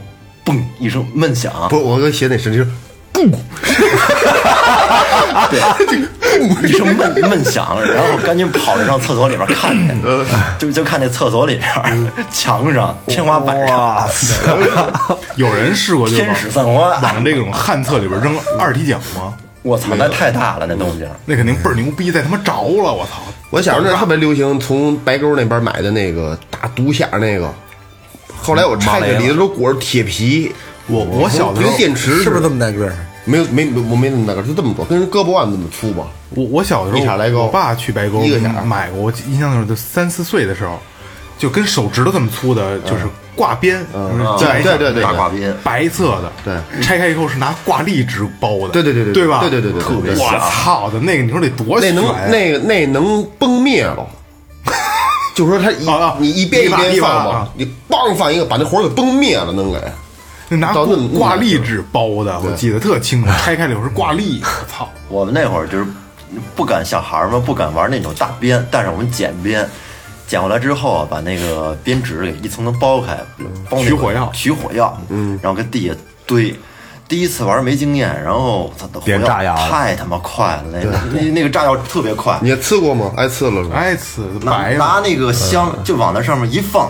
Speaker 8: 嘣一声闷响，
Speaker 7: 不，我哥学那声就是
Speaker 8: 一声闷闷响，然后赶紧跑着上厕所里边看去，就就看那厕所里边墙上、天花板
Speaker 6: 啊
Speaker 8: 上，
Speaker 4: 有人试过就
Speaker 8: 天使嗯散花
Speaker 4: 往往这种旱厕里边扔二踢脚吗？
Speaker 8: 我操，那太大了那东西。
Speaker 4: 那肯定倍儿牛逼，在他妈着了，我操！
Speaker 7: 我小时候那特别流行，从白沟那边买的那个大独匣那个，后来我拆开里头都裹着铁皮，
Speaker 4: 我我小的时
Speaker 7: 跟
Speaker 4: 候，
Speaker 7: 电池
Speaker 6: 是不是
Speaker 7: 似的
Speaker 6: 这么大个儿？
Speaker 7: 没有没我没那么大个儿，就这么多，跟人胳膊腕子那么粗吧。
Speaker 4: 我我小的时
Speaker 7: 一
Speaker 4: 候
Speaker 7: 拃来，高
Speaker 4: 我爸去白沟
Speaker 7: 一个响
Speaker 4: 买过，我印象就是就三四岁的时候，就跟手指头这么粗的，就是
Speaker 8: 嗯
Speaker 4: 挂鞭，就是夹一
Speaker 7: 对
Speaker 4: 下
Speaker 7: 对对
Speaker 8: 大
Speaker 7: 对
Speaker 8: 挂鞭，
Speaker 4: 白色的，
Speaker 7: 对，
Speaker 4: 拆开以后是拿挂历纸包的，
Speaker 7: 对对对
Speaker 4: 对，
Speaker 7: 对
Speaker 4: 吧？
Speaker 7: 对对对对对
Speaker 4: 特别
Speaker 7: 对
Speaker 4: 我操的那个，你说得多悬
Speaker 7: 那
Speaker 4: 啊
Speaker 7: 能
Speaker 4: 呀？
Speaker 7: 那个那能崩灭了。就说他一
Speaker 4: 啊啊
Speaker 7: 你一边一
Speaker 4: 一拉一
Speaker 7: 边
Speaker 4: 拉
Speaker 7: 放吧
Speaker 4: 啊，
Speaker 7: 你梆放一个，把那火给崩灭了，能给。
Speaker 4: 那拿
Speaker 7: 到那
Speaker 4: 挂挂
Speaker 7: 那
Speaker 4: 历纸包的，我记得特清楚，拆开了以后是挂历，我操！
Speaker 8: 我们那会儿就是不敢小孩儿嘛，不敢玩那种大鞭，但是我们剪鞭，剪过来之后啊，把那个编纸给一层层剥开，包那个
Speaker 4: 取火药
Speaker 8: 取火药，嗯，然后跟地下堆。第一次玩没经验，然后它的火
Speaker 5: 点炸药了
Speaker 8: 太他妈快了，那那那个炸药特别快，
Speaker 7: 你还刺过吗？挨刺了是吧？
Speaker 4: 哎，此
Speaker 8: 拿
Speaker 4: 白
Speaker 8: 拿
Speaker 4: 了，嗯
Speaker 8: 那个香就往那上面一放，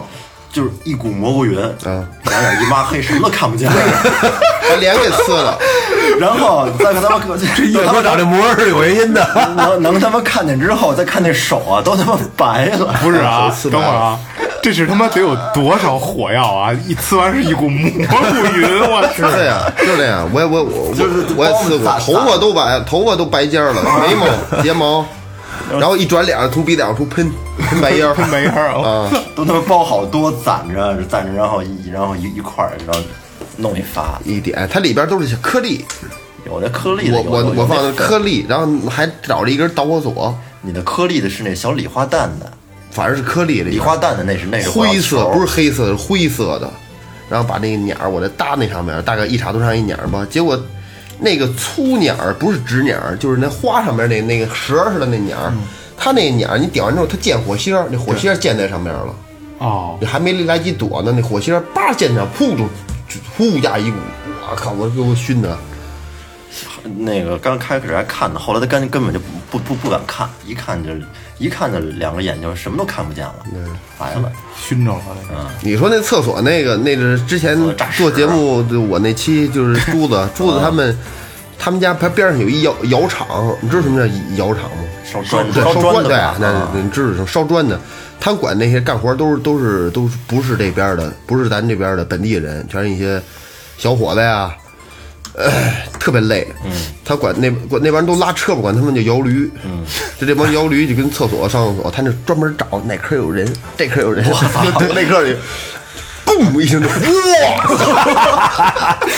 Speaker 8: 就是一股蘑菇云，嗯，两眼一抹黑，什么都看不见。
Speaker 7: 把脸给刺了，
Speaker 8: 然后再看 他们，这一
Speaker 5: 他妈找这模样是有原因的。
Speaker 8: 能 能他妈看见之后，再看那手啊，都他妈白了。
Speaker 4: 不是 啊，
Speaker 7: 刺
Speaker 4: 等
Speaker 7: 白
Speaker 4: 会
Speaker 7: 了
Speaker 4: 儿啊，这是他妈得有多少火药啊！一呲完是一股蘑菇云，我
Speaker 7: 是这
Speaker 4: 操！
Speaker 7: 样，就是这样。我也我我
Speaker 8: 就是
Speaker 7: 我我也刺过
Speaker 8: 包，子
Speaker 7: 头发都白，头发都白尖儿了，眉毛、睫毛，然后一转脸从鼻梁处喷喷白烟儿，
Speaker 4: 喷白烟儿
Speaker 7: 啊！
Speaker 8: 都他妈包好多，攒着攒着，然后一然后一一块儿，然后弄一发，
Speaker 7: 一点，它里边都是小颗粒，
Speaker 8: 有的颗粒的，
Speaker 7: 我
Speaker 8: 有
Speaker 7: 我
Speaker 8: 有
Speaker 7: 我放
Speaker 8: 那
Speaker 7: 的是颗粒，然后还找了一根导火索，
Speaker 8: 你的颗粒的是那小礼花弹的，
Speaker 7: 反正是颗粒里
Speaker 8: 礼花弹的那是那是火药
Speaker 7: 灰色，
Speaker 8: 球
Speaker 7: 不是黑色，是灰色的。然后把那个鸟儿，我再搭那上面，大概一茶多长一鸟儿吧。结果那个粗鸟儿不是直鸟儿，就是那花上面那那个蛇似的那鸟儿，它那鸟儿你点完之后，它溅火星儿，那火星儿溅在上面了，
Speaker 4: 哦，
Speaker 7: 你还没来得及躲呢，那火星儿叭溅上，噗就就呼呀一股，我靠，我给我熏的。
Speaker 8: 那个刚开始还看呢，后来他根根本就不不不不敢看，一看就一看就两个眼睛什么都看不见了，
Speaker 7: 嗯
Speaker 8: 白了。
Speaker 4: 熏着了那 个。
Speaker 7: 你说那厕所那个，那是之前
Speaker 8: 炸屎
Speaker 7: 做节
Speaker 8: 啊
Speaker 7: 目，就我那期 就是珠子，珠子他们，他们家边边上有一窑窑厂，你知道什么叫窑厂吗？
Speaker 8: 烧砖
Speaker 7: 对
Speaker 8: 烧
Speaker 7: 烧
Speaker 8: 砖的
Speaker 7: 对
Speaker 8: 吧，
Speaker 7: 那
Speaker 8: 啊
Speaker 7: 那你知道烧砖的，他管那些干活都是都是都是不是这边的，不是咱这边的本地人，全是一些小伙子呀，哎，特别累。嗯，他管那管那帮人都拉车吧，管他们叫摇驴。嗯，就这帮摇驴就跟厕所上厕所，他那专门找哪科有人，这科有人，对 那科有。嘣一声就
Speaker 4: 那画
Speaker 7: 哇哇！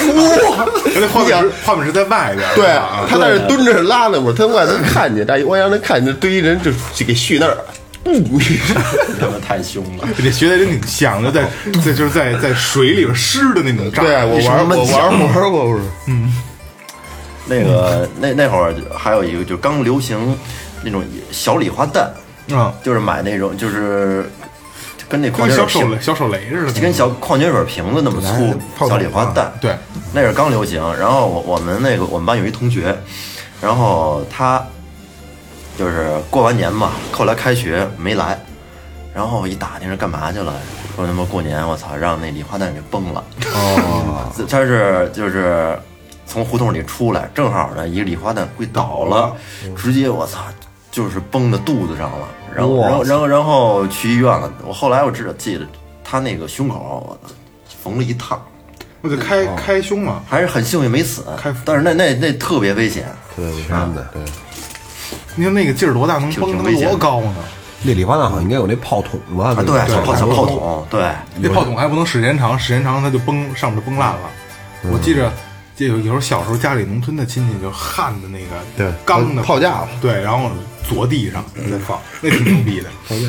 Speaker 7: 你
Speaker 4: 面
Speaker 7: 想
Speaker 4: 是画面是在外边儿，啊
Speaker 7: 对，他在那蹲着拉那会儿，他外头看见，但一我让他看见，堆一人就就给续那儿，嗯，
Speaker 8: 他妈太凶了。
Speaker 4: 这学的真挺像的， 在在就是在在水里边湿的那种炸。
Speaker 7: 对啊我玩我
Speaker 4: 啊嗯
Speaker 7: 玩玩过，不是
Speaker 8: 那个那那会儿还有一个就刚流行那种小礼花弹，
Speaker 4: 嗯，
Speaker 8: 就是买那种就是跟那矿
Speaker 4: 跟
Speaker 8: 泉
Speaker 4: 小手
Speaker 8: 水瓶
Speaker 4: 雷小手雷似的，
Speaker 8: 就跟小矿泉水瓶子那么粗，小礼花弹。
Speaker 4: 对，
Speaker 8: 那是刚流行。然后我我们那个我们班有一同学，然后他就是过完年嘛，后来开学没来，然后我一打听是干嘛去了，说他妈过年我操让那礼花弹给崩了。哦， 他是就是从胡同里出来，正好呢一个礼花弹跪倒了，直接我操就是崩到肚子上了，然后
Speaker 5: 哇
Speaker 8: 然后然后然后去医院了。我后来我知道记得他那个胸口我缝了一趟，
Speaker 4: 我就开开胸嘛，
Speaker 8: 还是很幸运没死
Speaker 4: 开腹，
Speaker 8: 但是那那那特别危险。
Speaker 5: 天哪！
Speaker 4: 你说那个劲儿多大，能
Speaker 8: 挺
Speaker 4: 蹦
Speaker 8: 挺
Speaker 4: 他
Speaker 8: 危
Speaker 4: 妈
Speaker 8: 险
Speaker 4: 多
Speaker 8: 的
Speaker 4: 高呢？
Speaker 5: 那理发店好像应该有那炮筒吧？
Speaker 8: 啊，对，小炮小炮筒，对，
Speaker 4: 那炮筒还不能使时间长，使时间长它就崩上面就崩烂了。我记着，就有有时候小时候家里农村的亲戚就焊的那个
Speaker 7: 对
Speaker 4: 钢的
Speaker 7: 炮架子，
Speaker 4: 对，然后坐地上再放，那挺牛逼的。
Speaker 6: 炮架、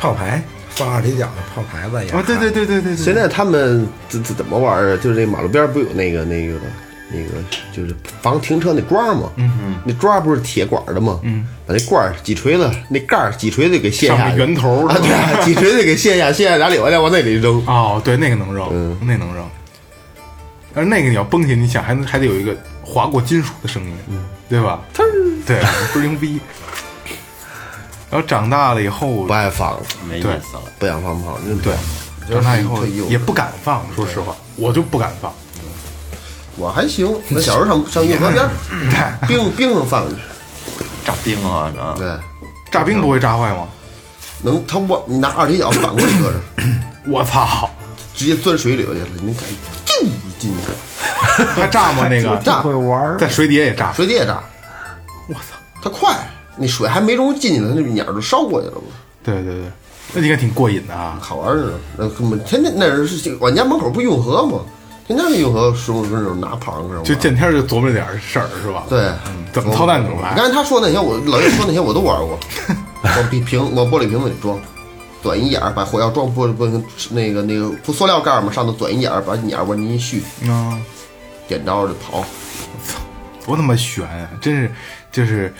Speaker 6: 炮牌，放二踢脚的炮牌子也
Speaker 4: 啊，对对对对对，对
Speaker 7: 现在他们怎怎怎么玩儿啊？就是那马路边儿不有那个那个那个，就是防停车那桩儿吗？嗯嗯，那桩儿不是铁管儿的吗？嗯，把那罐儿几锤子，那盖儿几锤子给卸
Speaker 4: 上
Speaker 7: 下
Speaker 4: 面
Speaker 7: 去，
Speaker 4: 圆头儿
Speaker 7: 啊，
Speaker 4: 是吧
Speaker 7: 对啊，几锤子给卸下，卸下俩礼拜再往那里扔。
Speaker 4: 哦，对，那个能
Speaker 7: 嗯
Speaker 4: 扔，那能扔。但是那个你要崩起来，你想还能还得有一个划过金属的声音，
Speaker 7: 嗯
Speaker 4: 对吧？对，倍儿牛 逼。然后长大了以后
Speaker 7: 不，爱放，
Speaker 8: 没意
Speaker 4: 对
Speaker 8: 思了。
Speaker 7: 不想放炮，真的
Speaker 4: 对，长大以后也不敢放，说实话，我就不敢放。
Speaker 7: 我还行，我小时 候上上运河边儿，冰冰上放去，
Speaker 8: 炸冰啊啊！
Speaker 7: 对，
Speaker 4: 炸冰不会炸坏吗？
Speaker 7: 能他我你拿二踢脚反过去 搁这儿，
Speaker 4: 我操，
Speaker 7: 直接钻水里头去了，你看，就一进去，
Speaker 4: 还炸吗？那个
Speaker 7: 炸
Speaker 4: 在水底下也炸，
Speaker 7: 水底也炸，
Speaker 4: 我操！
Speaker 7: 它快，那水还没容易进去呢，它那鸟就烧过去了嘛，
Speaker 4: 对对对，那应该挺过瘾的啊。
Speaker 7: 好玩儿呢。那根本天天那人是我家门口不运河吗？天天是运河十五分钟拿炮搁那玩
Speaker 4: 就见天儿就琢磨点儿事儿是吧？
Speaker 7: 对
Speaker 4: 嗯，怎么操蛋怎么
Speaker 7: 你
Speaker 4: 来。
Speaker 7: 刚才他说那些，我老岳说那些我都玩 过，往比瓶往玻璃瓶子里装，短一眼儿把火药装玻璃玻璃瓶那个那个不塑料盖儿嘛，上头短一眼儿把眼儿往进一续，
Speaker 4: 嗯，
Speaker 7: 点着就跑。
Speaker 4: 多他妈悬啊！真是，就是，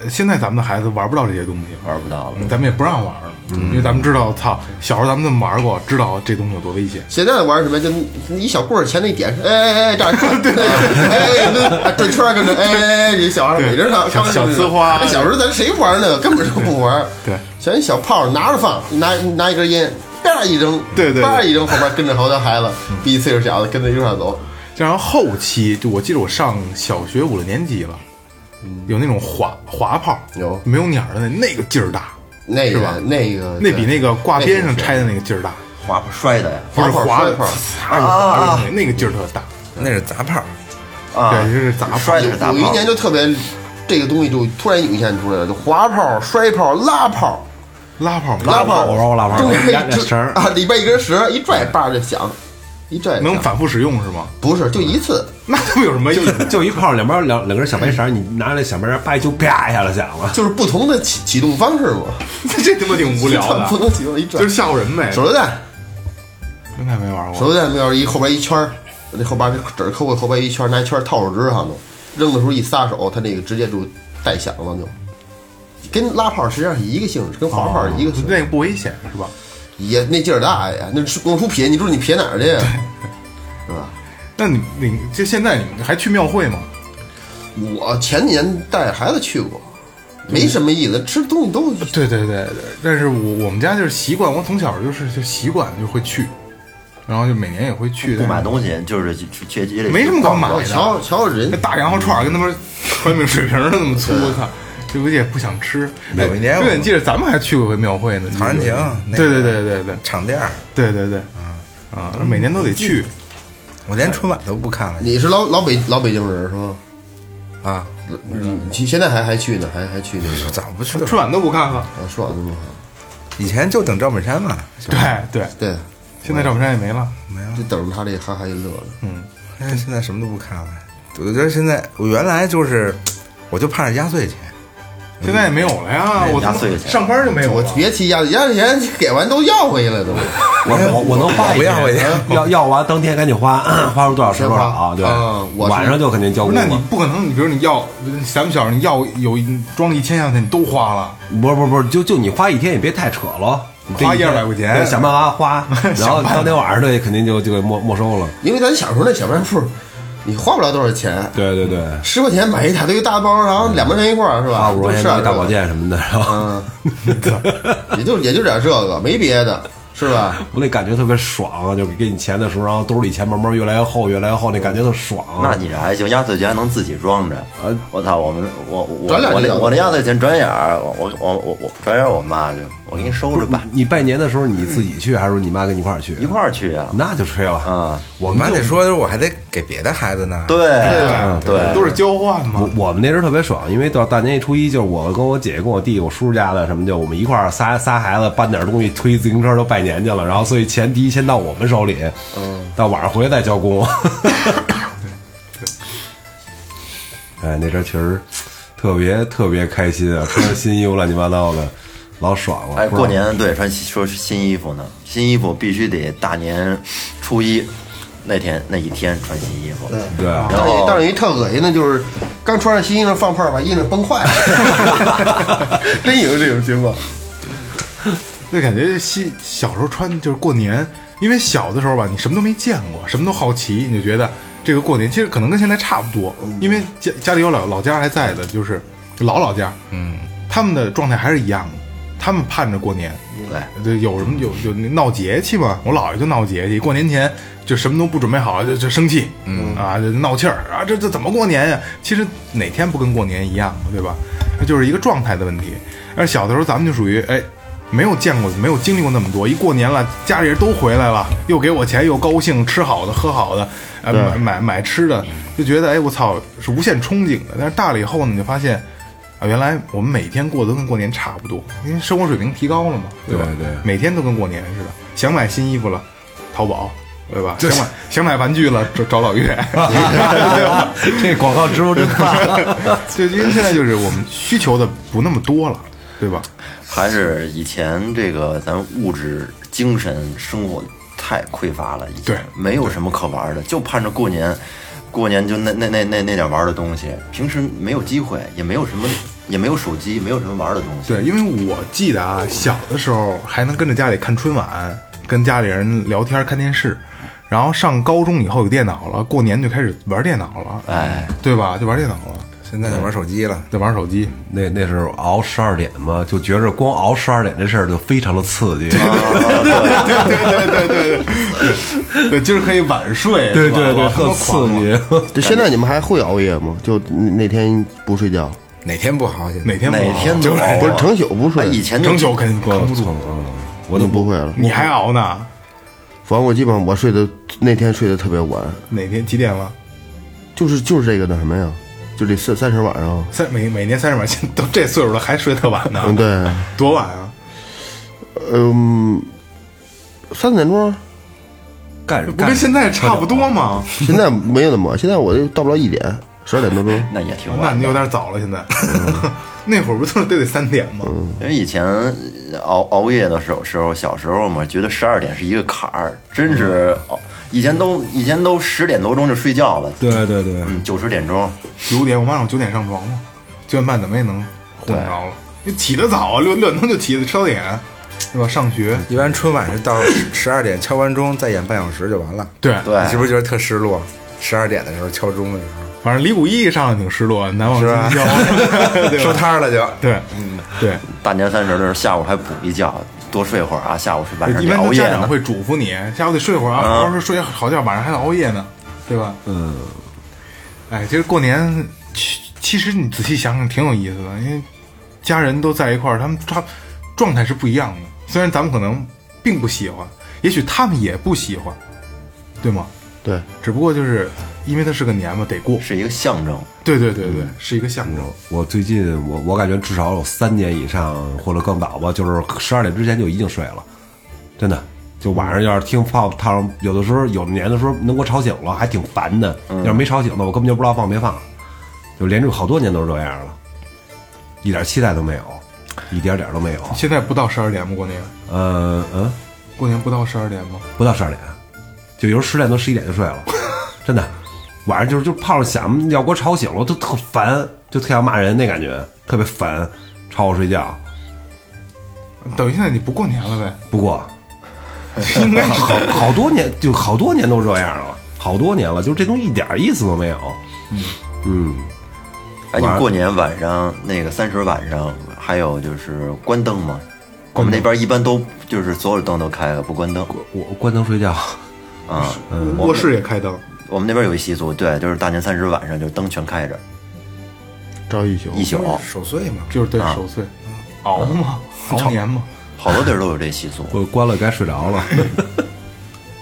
Speaker 4: 呃现在咱们的孩子玩不到这些东西，玩不到了，嗯咱们也不让玩了，嗯因为咱们知道，操，小时候咱们这么玩过，知道这东西有多危险。
Speaker 7: 现在玩什么？就一小棍儿前那一点，哎哎哎，这 样，对对，哎哎，转圈儿跟着，哎哎哎，这小孩围着他，小时候咱谁玩呢？根本就不玩。全小炮拿着放，拿拿一根烟，叭一扔，叭一扔，后边跟着好多孩子，
Speaker 4: 嗯
Speaker 7: 比岁数小的跟着一块走。
Speaker 4: 然后后期，就我记得我上小学五六年级了，有那种滑滑炮，
Speaker 7: 嗯有
Speaker 4: 没有鸟儿的那那个劲儿大，
Speaker 7: 那个呃那个
Speaker 4: 那比那个挂边上拆的那个劲儿大，
Speaker 8: 滑摔的呀
Speaker 4: 不是
Speaker 7: 滑炮
Speaker 4: 滑
Speaker 7: 摔
Speaker 4: 的，呲
Speaker 7: 炮啊
Speaker 4: 滑的啊那个那个劲儿特大，
Speaker 6: 那是砸炮，
Speaker 8: 啊！
Speaker 4: 对，就是砸炮
Speaker 8: 摔的是大
Speaker 7: 有一
Speaker 8: 炮
Speaker 7: 年，就特别，这个东西就突然涌现出来了，就滑炮、摔炮、拉炮。
Speaker 4: 拉炮，
Speaker 7: 拉炮，
Speaker 5: 我说我拉炮
Speaker 7: 中间
Speaker 5: 压
Speaker 7: 一
Speaker 5: 那绳儿
Speaker 7: 啊，里边一根绳儿一拽，叭就响，一拽
Speaker 4: 能
Speaker 7: 响
Speaker 4: 反复使用是吗？
Speaker 7: 不是就一次，
Speaker 4: 那他妈有什 么意思？
Speaker 5: 就一炮，两边两两根小白绳，你拿那小白绳叭就啪一下就响了。
Speaker 7: 就是不同的启启动方式嘛，
Speaker 4: 这他妈挺无聊 的，
Speaker 7: 不同启动一拽
Speaker 4: 就是，吓唬人呗。
Speaker 7: 手榴弹，
Speaker 4: 应该没玩
Speaker 7: 手
Speaker 4: 过，
Speaker 7: 榴弹没有一后边一圈儿，那后边这儿扣过后边一圈儿，拿一圈儿套手指上头，扔的时候一撒手，它那个直接就带响了就。跟拉炮实际上是一个性质，跟滑炮是
Speaker 4: 哦
Speaker 7: 一个性质，
Speaker 4: 那个不危险是吧？
Speaker 7: 也那劲儿大哎呀，那是光出撇，你知道你撇哪儿去啊呀？是吧？
Speaker 4: 那你你就现在你还去庙会吗？
Speaker 7: 我前年带孩子去过，没什么意思，吃东西都
Speaker 4: 对对对对，但是我我们家就是习惯，我从小就是就习惯就会去，然后就每年也会去，
Speaker 8: 不买
Speaker 4: 但
Speaker 8: 东西就是去去去街里
Speaker 4: 没什么可买的
Speaker 7: 瞧瞧人
Speaker 4: 那大羊肉串儿跟他妈宽面水瓶儿那么粗，我操！这不也不想吃。哎
Speaker 6: 有一年我
Speaker 4: 对，你记得咱们还去过回庙会呢，
Speaker 6: 陶然亭那
Speaker 4: 对
Speaker 6: 个
Speaker 4: 对对对对
Speaker 6: 场店儿，
Speaker 4: 对对对，啊，每年都得去。
Speaker 6: 我连春晚都不看了
Speaker 7: 你是老老北老北京人是吗？
Speaker 6: 啊，
Speaker 7: 你嗯去现在还还去呢，还还去那个
Speaker 6: 早不去了，
Speaker 4: 春晚都不看了，
Speaker 7: 啊，说完了吗？
Speaker 6: 以前就等赵本山嘛，是吧
Speaker 4: 对对，
Speaker 7: 对，
Speaker 4: 现在赵本山也没了。
Speaker 6: 没
Speaker 5: 哎
Speaker 6: 有
Speaker 7: 就等着他这哈哈一乐呢。
Speaker 6: 但哎是现在什么都不看了。我觉得现在我原来就是，我就盼着压岁钱，
Speaker 4: 现在也没有了呀，我他妈
Speaker 8: 嗯压岁钱
Speaker 4: 上班就没有
Speaker 7: 我
Speaker 4: 了。
Speaker 7: 别提压岁压岁钱给完都要回来都，
Speaker 5: 我我我能花一
Speaker 6: 不要哎我
Speaker 5: 天，要要完当天赶紧花， 花出多少是多少啊？对
Speaker 7: 嗯，我是
Speaker 5: 晚上就肯定交
Speaker 4: 不
Speaker 5: 工
Speaker 4: 是，那你
Speaker 5: 了。
Speaker 4: 不可能，你比如你要，咱们小时候你要有一装一千下去，你都花了，
Speaker 5: 不是不是不是，就就你花一天也别太扯了。你这
Speaker 4: 花
Speaker 5: 天
Speaker 4: 100块钱
Speaker 5: 对想办法 花，然后当天晚上这肯定就就给没没收了。
Speaker 7: 因为咱小时候那小卖部，你花不了多少钱，
Speaker 5: 对对对，
Speaker 7: 十块钱买一大堆大包，然后两毛钱一块儿是吧？
Speaker 5: 花五十块钱 买
Speaker 6: 嗯
Speaker 7: 都是
Speaker 5: 大保，健什么的，然后
Speaker 7: 是吧也就也就点这个，没别的。是吧？
Speaker 5: 我那感觉特别爽啊！就给你钱的时候，然后兜里钱慢慢越来越厚，越来越厚，那感觉特爽、啊
Speaker 8: 那你这还行，压岁钱能自己装着。我操，我们我我
Speaker 7: 转脸
Speaker 8: 我
Speaker 7: 就
Speaker 8: 那
Speaker 7: 了
Speaker 8: 我那压岁钱转眼儿，我我我我我转眼儿我妈就我给你收着吧，
Speaker 5: 你拜年的时候你自己去，还是说你妈跟你一块儿去？
Speaker 8: 一块儿去啊。
Speaker 5: 那就吹了
Speaker 8: 啊！
Speaker 5: 我
Speaker 6: 我
Speaker 5: 们
Speaker 6: 妈
Speaker 5: 就
Speaker 6: 得说，我还得给别的孩子呢。
Speaker 8: 对
Speaker 4: 吧
Speaker 8: 对，
Speaker 4: 都是交换嘛
Speaker 5: 我。我们那时候特别爽，因为到大年一初一，就是我跟我姐姐、跟我弟、我叔叔家的什么，就我们一块儿仨仨孩子搬点东西，推自行车都拜年去了。然后所以钱第一先到我们手里，到晚上回来再交 工。哎，那阵儿确实特别特别开心啊，穿着新衣服乱七八糟的，老爽了。
Speaker 8: 哎，
Speaker 5: 不知道
Speaker 8: 过年对穿新说是新衣服呢，新衣服必须得大年初一那天那一天穿新衣
Speaker 4: 嗯
Speaker 8: 服。
Speaker 5: 对啊，
Speaker 7: 但是但是一特恶心的就是刚穿上新衣裳放炮，把衣裳崩坏了， 真有这种情况。
Speaker 4: 就感觉西小时候穿就是过年，因为小的时候吧，你什么都没见过，什么都好奇，你就觉得这个过年其实可能跟现在差不多，因为家家里有老老家还在的，就是老老家，嗯，他们的状态还是一样的，他们盼着过年，
Speaker 8: 对，
Speaker 4: 对，有什么有有闹节气嘛？我姥爷就闹节气，过年前就什么都不准备好，就就生气，嗯啊，就闹气儿啊，这这怎么过年呀？其实哪天不跟过年一样，对吧？那就是一个状态的问题。而小的时候咱们就属于哎，没有见过，没有经历过那么多，一过年了，家里人都回来了，又给我钱，又高兴，吃好的，喝好的，呃，买买买吃的，就觉得哎，我操，是无限憧憬的。但是大了以后呢，你就发现。啊，原来我们每天过得都跟过年差不多，因为生活水平提高了嘛，对吧？
Speaker 5: 对对
Speaker 4: 每天都跟过年似的。想买新衣服了，淘宝，对吧？想买想买玩具了，找找老岳，
Speaker 5: 这广告植入真棒。
Speaker 4: 就因为现在就是我们需求的不那么多了，对吧？
Speaker 8: 还是以前这个咱物质、精神生活太匮乏了，已经
Speaker 4: 对
Speaker 8: 没有什么可玩的，就盼着过年，过年就那那那那那点玩的东西，平时没有机会，也没有什么，也没有手机，没有什么玩的东西。
Speaker 4: 对，因为我记得啊，小的时候还能跟着家里看春晚，跟家里人聊天、看电视。然后上高中以后有电脑了，过年就开始玩电脑了，
Speaker 8: 哎，
Speaker 4: 对吧？就玩电脑了，
Speaker 6: 现在就玩手机了，
Speaker 4: 就玩手机。
Speaker 5: 那那是熬十二点嘛，就觉着光熬十二点这事儿就非常的刺激。
Speaker 4: 啊对，今儿可以晚睡，
Speaker 5: 对
Speaker 4: 是吧
Speaker 5: 对对，
Speaker 4: 哇
Speaker 5: 特刺
Speaker 4: 啊
Speaker 5: 激。
Speaker 7: 就现在你们还会熬夜吗？就那那天不睡觉，
Speaker 6: 哪天不好？现在
Speaker 4: 哪天不
Speaker 8: 哪
Speaker 4: 熬
Speaker 8: 天
Speaker 4: 就
Speaker 8: 都熬
Speaker 7: 不是
Speaker 8: 啊
Speaker 7: 成宿不
Speaker 8: 哎
Speaker 7: 睡，
Speaker 8: 以前
Speaker 4: 整宿
Speaker 8: 就
Speaker 4: 肯定扛不住，
Speaker 7: 我都不会了。
Speaker 4: 你还熬呢？
Speaker 7: 反正我基本上我睡的那天睡得特别晚，
Speaker 4: 哪天几点了？
Speaker 7: 就是就是这个那什么呀，就这三三十晚上，
Speaker 4: 三每每年三十晚，现在 都这岁数了还睡特晚呢？
Speaker 7: 嗯对，
Speaker 4: 多晚啊？
Speaker 7: 嗯，三点钟。
Speaker 5: 干
Speaker 4: 不跟现在差不多吗？
Speaker 7: 现在没有那么晚，现在我就到不了一点，十二点多钟。
Speaker 8: 那也挺
Speaker 4: 那
Speaker 8: 晚
Speaker 4: 你
Speaker 8: 的
Speaker 4: 有，点早了，现在。 那会儿不都是都得三点吗？
Speaker 8: 因为以前熬熬夜的时候，时候小时候嘛，觉得十二点是一个坎儿，真是熬。以前都以前都十点多钟就睡觉了，
Speaker 5: 对对对，
Speaker 8: 嗯，九十点钟，
Speaker 4: 九点，我妈让我九点上床嘛，九点半怎么也能混着了。你起得早啊，六六点钟就起，吃早点，对吧？上学，
Speaker 6: 一般春晚是到十二点敲完钟，再演半小时就完了。
Speaker 4: 对，
Speaker 8: 对
Speaker 6: 你是不是觉得特失落？十二点的时候敲钟的时候，
Speaker 4: 反正李谷一上来挺失落，难忘今宵，
Speaker 6: 是
Speaker 4: 对啊
Speaker 6: 收
Speaker 4: 吧？
Speaker 6: 摊儿了就。
Speaker 4: 对，对，
Speaker 8: 大年三十的时候下午还补一觉，多睡会儿啊，下午是晚上
Speaker 4: 一
Speaker 8: 得
Speaker 4: 般
Speaker 8: 熬
Speaker 4: 都
Speaker 8: 夜
Speaker 4: 家长
Speaker 8: 呢。嗯
Speaker 4: 会嘱咐你，下午得睡会儿啊，好好睡睡好觉，晚上还得熬夜呢，对吧？嗯。哎，其实过年，其其实你仔细想想挺有意思的，因为家人都在一块儿，他们他状态是不一样的。虽然咱们可能并不喜欢，也许他们也不喜欢，对吗？
Speaker 7: 对，
Speaker 4: 只不过就是因为它是个年嘛，得过。
Speaker 8: 是一嗯个象征，
Speaker 4: 对对对对，是一个象征。
Speaker 5: 我最近我我感觉至少有三年以上或者更早吧，就是十二点之前就已经睡了，真的。就晚上要是听放放，有的时候有的年的时候能给我吵醒了，还挺烦的。要是没吵醒的，我根本就不知道放没放。就连着好多年都是这样了，一点期待都没有，一点点都没有。
Speaker 4: 现在不到十二点吗？过年，
Speaker 5: 呃嗯，
Speaker 4: 过年不到十二点吗？
Speaker 5: 不到十二点，就有时候十点多十一点就睡了，真的。晚上就是就泡着想要给我吵醒了，我就特烦，就特想骂人那感觉，特别烦，吵我睡觉。
Speaker 4: 等于现在你不过年了呗？
Speaker 5: 不过， 应该好好多年，就好多年都这样了，好多年了，就是这东西一点意思都没有。嗯，
Speaker 8: 哎，你
Speaker 5: 晚上
Speaker 8: 过年晚上那个三十晚上，还有就是关灯吗？我们那边一般都就是所有的灯都开了，不关灯
Speaker 5: 我关灯睡觉，
Speaker 8: 啊。
Speaker 9: 卧室也开灯，
Speaker 8: 我们那边有一习俗，对，就是大年三十晚上就灯全开着
Speaker 7: 招一宿，
Speaker 8: 一宿，
Speaker 6: 守岁嘛，
Speaker 4: 就是对
Speaker 8: 啊
Speaker 4: 守岁，熬嘛，嗯 熬年嘛。
Speaker 8: 好多地儿都有这习俗，
Speaker 5: 我关了该睡着了。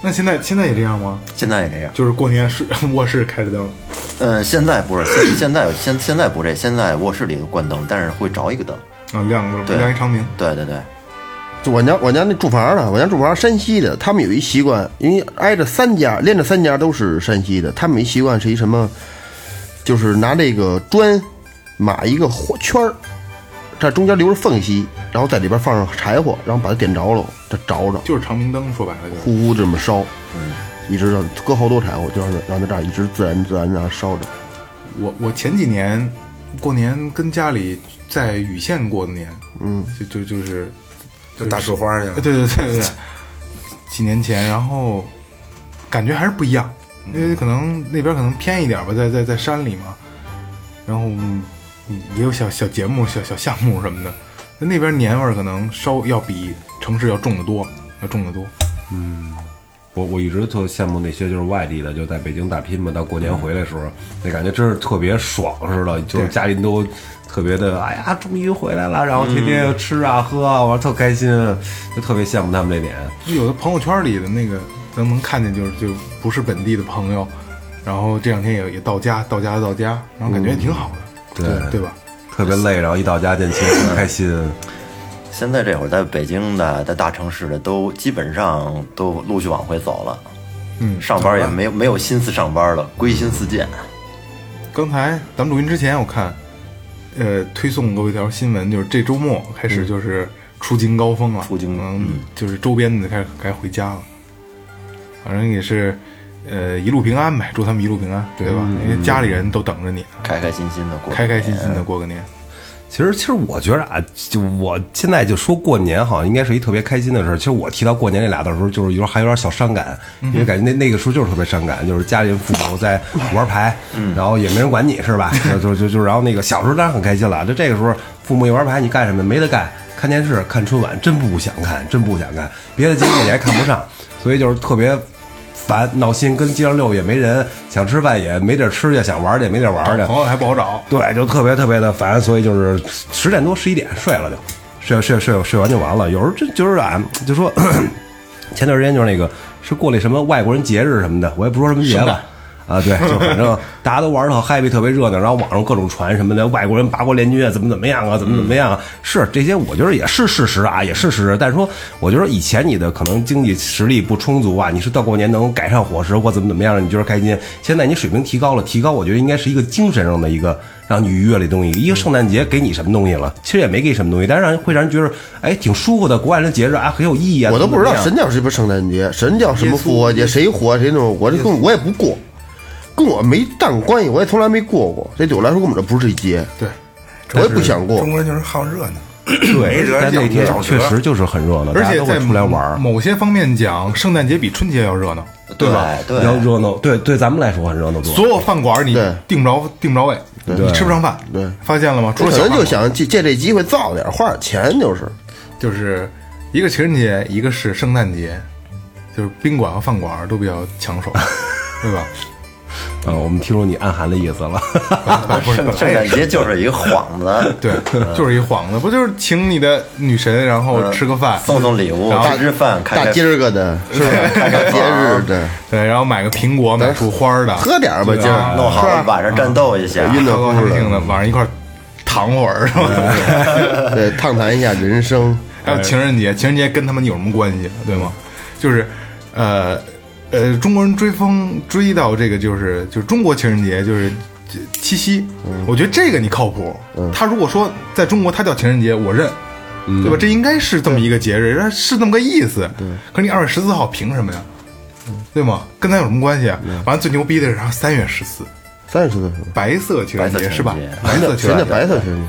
Speaker 4: 那现在现在也这样吗？
Speaker 8: 现在也这样。
Speaker 4: 就是过年是 卧室开着灯，
Speaker 8: 嗯，现在不是，现现在现现在不这，现在卧室里关灯，但是会着一个灯。
Speaker 4: 啊，亮个
Speaker 8: 对
Speaker 4: 亮一长明，
Speaker 8: 对对对，
Speaker 7: 就我家我家那住房的，我家住房山西的，他们有一习惯，因为挨着三家，连着三家都是山西的，他们有一习惯是一什么，就是拿这个砖码一个花圈儿，在中间留着缝隙，然后在里边放上柴火，然后把它点着了，它着着，
Speaker 4: 就是长明灯，说白了就是。
Speaker 7: 呼呼这么烧，一直让搁好多柴火，就让它让它这样一直自然自然让它烧着。
Speaker 4: 我我前几年过年跟家里在禹县过的年，嗯，就就就是
Speaker 6: 就打树花去
Speaker 4: 对
Speaker 6: 了。
Speaker 4: 对对对对，几年前，然后感觉还是不一样，因为可能那边可能偏一点吧，在在在山里嘛，然后嗯也有小小节目、小小项目什么的，那那边年味儿可能稍要比城市要重得多，要重得多。
Speaker 5: 我我一直特羡慕那些就是外地的，就在北京打拼嘛，到过年回来的时候，那感觉真是特别爽似的，就是家里都特别的，哎呀，终于回来了，然后天天吃啊喝啊，我特开心，就特别羡慕他们这点。
Speaker 4: 有的朋友圈里的那个能能看见，就是就不是本地的朋友，然后这两天也也到家，到家到家，然后感觉也挺好的，
Speaker 5: 对
Speaker 4: 对对吧？
Speaker 5: 特别累，然后一到家见亲戚开心，
Speaker 8: 现在这会儿在北京的，在大城市的都基本上都陆续往回走了，
Speaker 4: 嗯
Speaker 8: 上班也没有没有心思上班了，归心似箭。
Speaker 4: 刚才咱们录音之前，我看，呃，推送过一条新闻，就是这周末开始就是出京高峰了，
Speaker 8: 出京
Speaker 4: 嗯，就是周边的开始该回家了，反正也是，呃，一路平安呗，祝他们一路平安，对吧？因为家里人都等着你，
Speaker 8: 开开心心的过。
Speaker 4: 开开心心的过个年。
Speaker 5: 其实，其实我觉得啊，就我现在就说过年好像应该是一特别开心的事儿。其实我提到过年这俩字的时候，就是有时候还有点小伤感，因为感觉那那个时候就是特别伤感，就是家里人父母在玩牌，然后也没人管你是吧？就就就就然后那个小时候当然很开心了，就这个时候父母一玩牌，你干什么？没得干，看电视看春晚，真不想看，真不想看，别的节目你还看不上，所以就是特别烦闹心，跟街上溜也没人，想吃饭也没地儿吃去，想玩儿去也没地儿玩儿去，
Speaker 4: 朋友还不好找，
Speaker 5: 对，就特别特别的烦，所以就是十点多十一点睡了就，睡睡睡睡完就完了。有时候真就是俺、就说， 前段时间就是那个是过那什么外国人节日什么的，我也不说什么节了。啊，对，就反正大家都玩的好 happy，特别热闹，然后网上各种传什么的，外国人八国联军啊，怎么怎么样啊，怎么怎么样啊，是这些，我觉得也是事实啊，也是事实。但是说，我觉得以前你的可能经济实力不充足啊，你是到过年能改善伙食或怎么怎么样，你觉得开心。现在你水平提高了，提高我觉得应该是一个精神上的一个让你愉悦的东西。一个圣诞节给你什么东西了？其实也没给什么东西，但是让人会让人觉得哎挺舒服的，国外人节日啊很有意义啊。
Speaker 7: 我都
Speaker 5: 怎么
Speaker 7: 不知
Speaker 5: 怎
Speaker 7: 道
Speaker 5: 么样
Speaker 7: 神教是不是圣诞节，神教什么复活节，谁活谁弄，我这跟我也不过，跟我没当关系，我也从来没过过，这对我来说根本就不是一节，
Speaker 4: 对，
Speaker 7: 我也不想过
Speaker 6: 中。国人就是好热闹，没
Speaker 5: 对，
Speaker 6: 辙
Speaker 5: 在那
Speaker 6: 就
Speaker 5: 天
Speaker 6: 找
Speaker 5: 确
Speaker 6: 辙
Speaker 5: 实就是很热闹，
Speaker 4: 而
Speaker 5: 大家
Speaker 4: 且
Speaker 5: 都
Speaker 4: 在
Speaker 5: 会出来玩儿。
Speaker 4: 某些方面讲，圣诞节比春节要热闹，
Speaker 8: 对
Speaker 4: 吧？
Speaker 8: 对
Speaker 5: 要热闹，对对，咱们来说很热闹多。
Speaker 4: 所有饭馆你
Speaker 7: 对
Speaker 4: 订不着订不着位，你吃不上饭，
Speaker 7: 对
Speaker 4: 发现了吗？除了
Speaker 7: 我可
Speaker 4: 小
Speaker 7: 能
Speaker 4: 饭
Speaker 7: 就
Speaker 4: 馆
Speaker 7: 想借借这机会造点，花点钱就是。
Speaker 4: 就是一个情人节，一个是圣诞节，就是宾馆和饭馆都比较抢手，对吧？
Speaker 5: 啊，我们听说你暗含的意思了，
Speaker 4: 不是，，
Speaker 8: 圣诞节就是一个幌子
Speaker 4: 对，就是一幌子，不就是请你的女神，然后吃个饭，
Speaker 8: 送送礼物
Speaker 4: 然，后
Speaker 8: 吃吃饭，开
Speaker 7: 大
Speaker 8: 开
Speaker 7: 今儿个的，是吧？大今儿的，
Speaker 4: 对，然后买个苹果，买束花儿的，
Speaker 7: 喝点儿吧，今儿
Speaker 8: 弄好了晚上战斗一下。
Speaker 7: 晕
Speaker 4: 高高
Speaker 7: 乎
Speaker 4: 兴兴
Speaker 7: 了。
Speaker 4: 的，晚上一块儿躺会儿，是吧？
Speaker 7: 对，畅谈一下人生。
Speaker 4: 还有情人节，情人节跟他们有什么关系，对吗？就是，呃，呃，中国人追风追到这个，就是就是中国情人节，就是这七夕。我觉得这个你靠谱。他如果说在中国他叫情人节，我认，对吧？这应该是这么一个节日，是这么个意思。可是你二月十四号凭什么呀？对吗？跟咱有什么关系啊？完了，最牛逼的是啥？三月十四，
Speaker 7: 三十多岁，
Speaker 4: 白色情人
Speaker 8: 白色情
Speaker 4: 节
Speaker 8: 人
Speaker 4: 是吧
Speaker 8: 节？
Speaker 4: 白色情
Speaker 7: 全叫
Speaker 4: 人节
Speaker 7: 白色情人，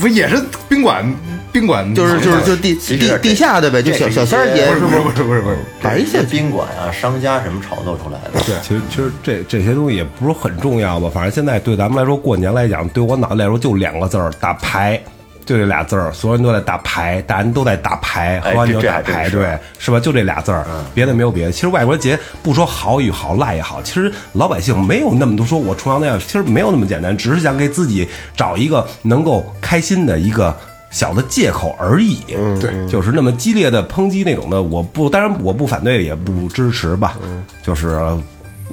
Speaker 4: 不也是宾馆宾馆？
Speaker 7: 就是就是就地
Speaker 8: 其实
Speaker 7: 地地下的呗，就小小三儿节
Speaker 4: 不是
Speaker 7: 是
Speaker 4: 不
Speaker 7: 不
Speaker 4: 是不
Speaker 7: 是？
Speaker 4: 是不是不是。
Speaker 7: 白色
Speaker 8: 这宾馆啊，商家什么炒作出来的？
Speaker 4: 对
Speaker 5: 其实其实这这些东西也不是很重要吧，反正现在对咱们来说，过年来讲，对我脑袋来说就两个字儿打牌。就这俩字儿，所有人都在打牌，大家都在打牌，
Speaker 8: 哎
Speaker 5: 喝完酒
Speaker 8: 这这
Speaker 5: 打
Speaker 8: 还真
Speaker 5: 牌，
Speaker 8: 是啊嗯
Speaker 5: 对，是吧？就这俩字儿，别的没有别的。其实外国节不说好与好赖也好，其实老百姓没有那么多说我崇洋那样，其实没有那么简单，只是想给自己找一个能够开心的一个。小的借口而已，
Speaker 7: 嗯
Speaker 5: 对，就是那么激烈的抨击那种的，我不，当然我不反对，也不支持吧，
Speaker 7: 嗯
Speaker 5: 就是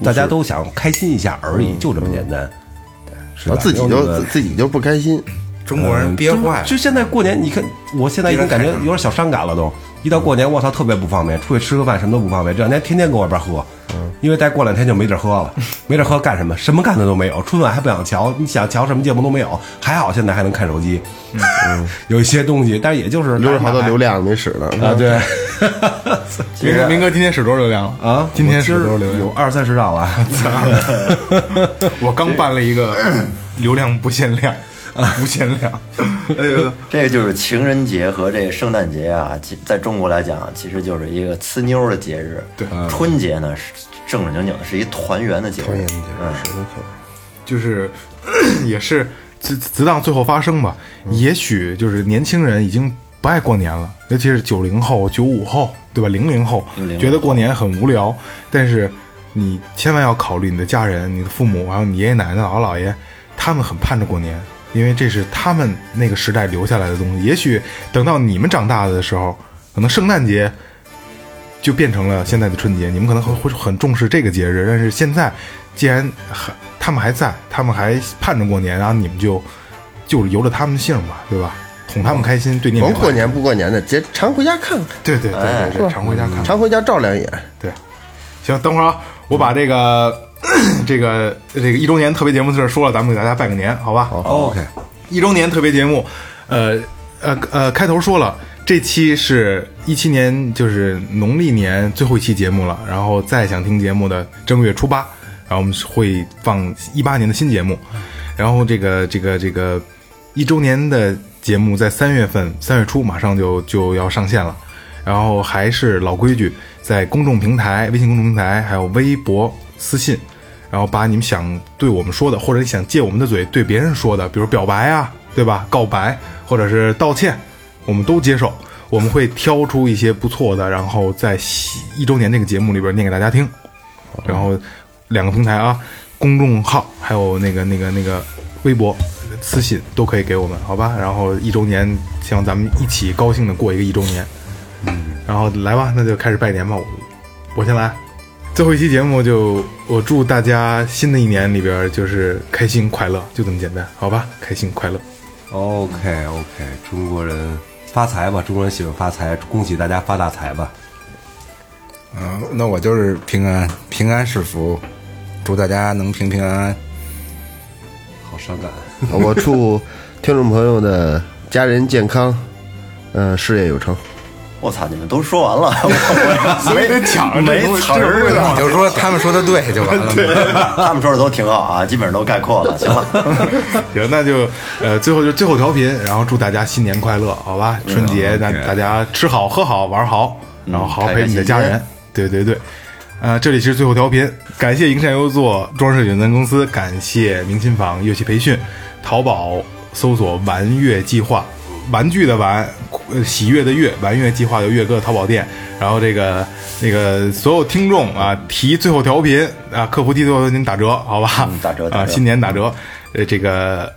Speaker 5: 大家都想开心一下而已，就这么简单。是
Speaker 7: 然
Speaker 5: 吧
Speaker 7: 嗯后自己
Speaker 5: 没有
Speaker 7: 就
Speaker 5: 那么
Speaker 7: 自自己就不开心，
Speaker 6: 中国
Speaker 4: 嗯
Speaker 6: 人憋坏了
Speaker 5: 嗯就。现在过年，你看我现在已经感觉有点小伤感了都。一到过年，我操，特别不方便，出去吃个饭什么都不方便。这两天天天跟我一边喝，因为再过两天就没地儿喝 了，没地儿喝干什么？什么干的都没有，春晚还不想瞧，你想瞧什么节目都没有。还好现在还能看手机，嗯 有一些东西，但是也就是
Speaker 7: 留着好多流量没使呢。
Speaker 5: 啊，对
Speaker 4: 明哥，明哥今天使多少流量了？
Speaker 5: 啊，
Speaker 4: 今天
Speaker 5: 我
Speaker 4: 使
Speaker 5: 今
Speaker 4: 多少
Speaker 5: 儿
Speaker 4: 流量
Speaker 5: 有？二三十兆了，
Speaker 4: 我刚办了一个流量不限量，不限量。哎呦，
Speaker 8: 这个就是情人节和这个圣诞节啊，其在中国来讲，啊其实就是一个呲妞儿的节日。
Speaker 4: 对
Speaker 8: 春节呢是正正经经的是一团圆的节日。嗯团圆节日，
Speaker 4: 就是 也是直直到最后发生吧。也许就是年轻人已经不爱过年了，尤其是九零后、九五后，对吧？零零后
Speaker 8: 00后
Speaker 4: 觉得过年很无聊，但是你千万要考虑你的家人、你的父母，还有你爷爷奶奶、姥姥姥爷，他们很盼着过年。因为这是他们那个时代留下来的东西，也许等到你们长大的时候，可能圣诞节就变成了现在的春节。你们可能会会很重视这个节日，但是现在既然还他们还在，他们还盼着过年，然后你们就就由着他们姓吧，对吧？哄他们开心，对你们
Speaker 7: 甭
Speaker 4: 也好
Speaker 7: 过，年不过年的，节常回家看看，
Speaker 4: 对对对对对，常回家看。
Speaker 7: 常回家照两眼。
Speaker 4: 对，行，等会儿啊，我把这个 这个这个一周年特别节目的事儿说了，咱们给大家拜个年，好吧？好
Speaker 5: OK，
Speaker 4: 一周年特别节目，呃呃呃，开头说了，这期是一七年，就是农历年最后一期节目了。然后再想听节目的，正月初八，然后我们会放一八年的新节目。然后这个这个这个一周年的节目在三月份，三月初马上就就要上线了。然后还是老规矩，在公众平台、微信公众平台还有微博私信，然后把你们想对我们说的，或者你想借我们的嘴对别人说的，比如表白啊，对吧？告白或者是道歉，我们都接受。我们会挑出一些不错的，然后在喜一周年这个节目里边念给大家听。然后两个平台啊，公众号还有那个那个那个微博私信都可以给我们，好吧？然后一周年，希望咱们一起高兴的过一个一周年。嗯，然后来吧，那就开始拜年吧，我我先来。最后一期节目就我祝大家新的一年里边就是开心快乐，就这么简单，好吧？开心快乐，
Speaker 5: OK OK，中国人发财吧，中国人喜欢发财，恭喜大家发大财吧。
Speaker 6: 啊、那我就是平安，平安是福，祝大家能平平安安。
Speaker 5: 好伤感，
Speaker 7: 我祝听众朋友的家人健康，呃，事业有成。
Speaker 8: 我操，你们都说完了，我没抢没词儿了。
Speaker 6: 你就说他们说的对就完了。
Speaker 8: 他们说的都挺好啊，基本上都概括了。行了，
Speaker 4: 行，那就呃最后就最后调频，然后祝大家新年快乐，好吧？春
Speaker 8: 嗯
Speaker 4: 节大大家吃好喝好玩好，然后好好陪你的家人，对对对。呃，这里是最后调频，感谢营山优作装饰有限公司，感谢明琴坊乐器培训，淘宝搜索“玩乐计划”，玩具的玩，呃喜悦的悦，玩乐计划有乐哥的淘宝店。然后这个那个所有听众啊，提最后调频啊，客服提最后调频打折，好吧？
Speaker 8: 嗯打折打折
Speaker 4: 啊，新年打折。呃，这个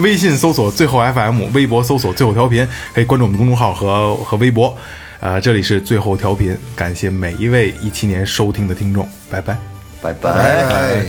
Speaker 4: 微信搜索最后 FM，微博搜索最后调频，可以关注我们公众号和和微博。呃，这里是最后调频，感谢每一位一七年收听的听众，拜拜。
Speaker 8: 拜拜。
Speaker 6: 哎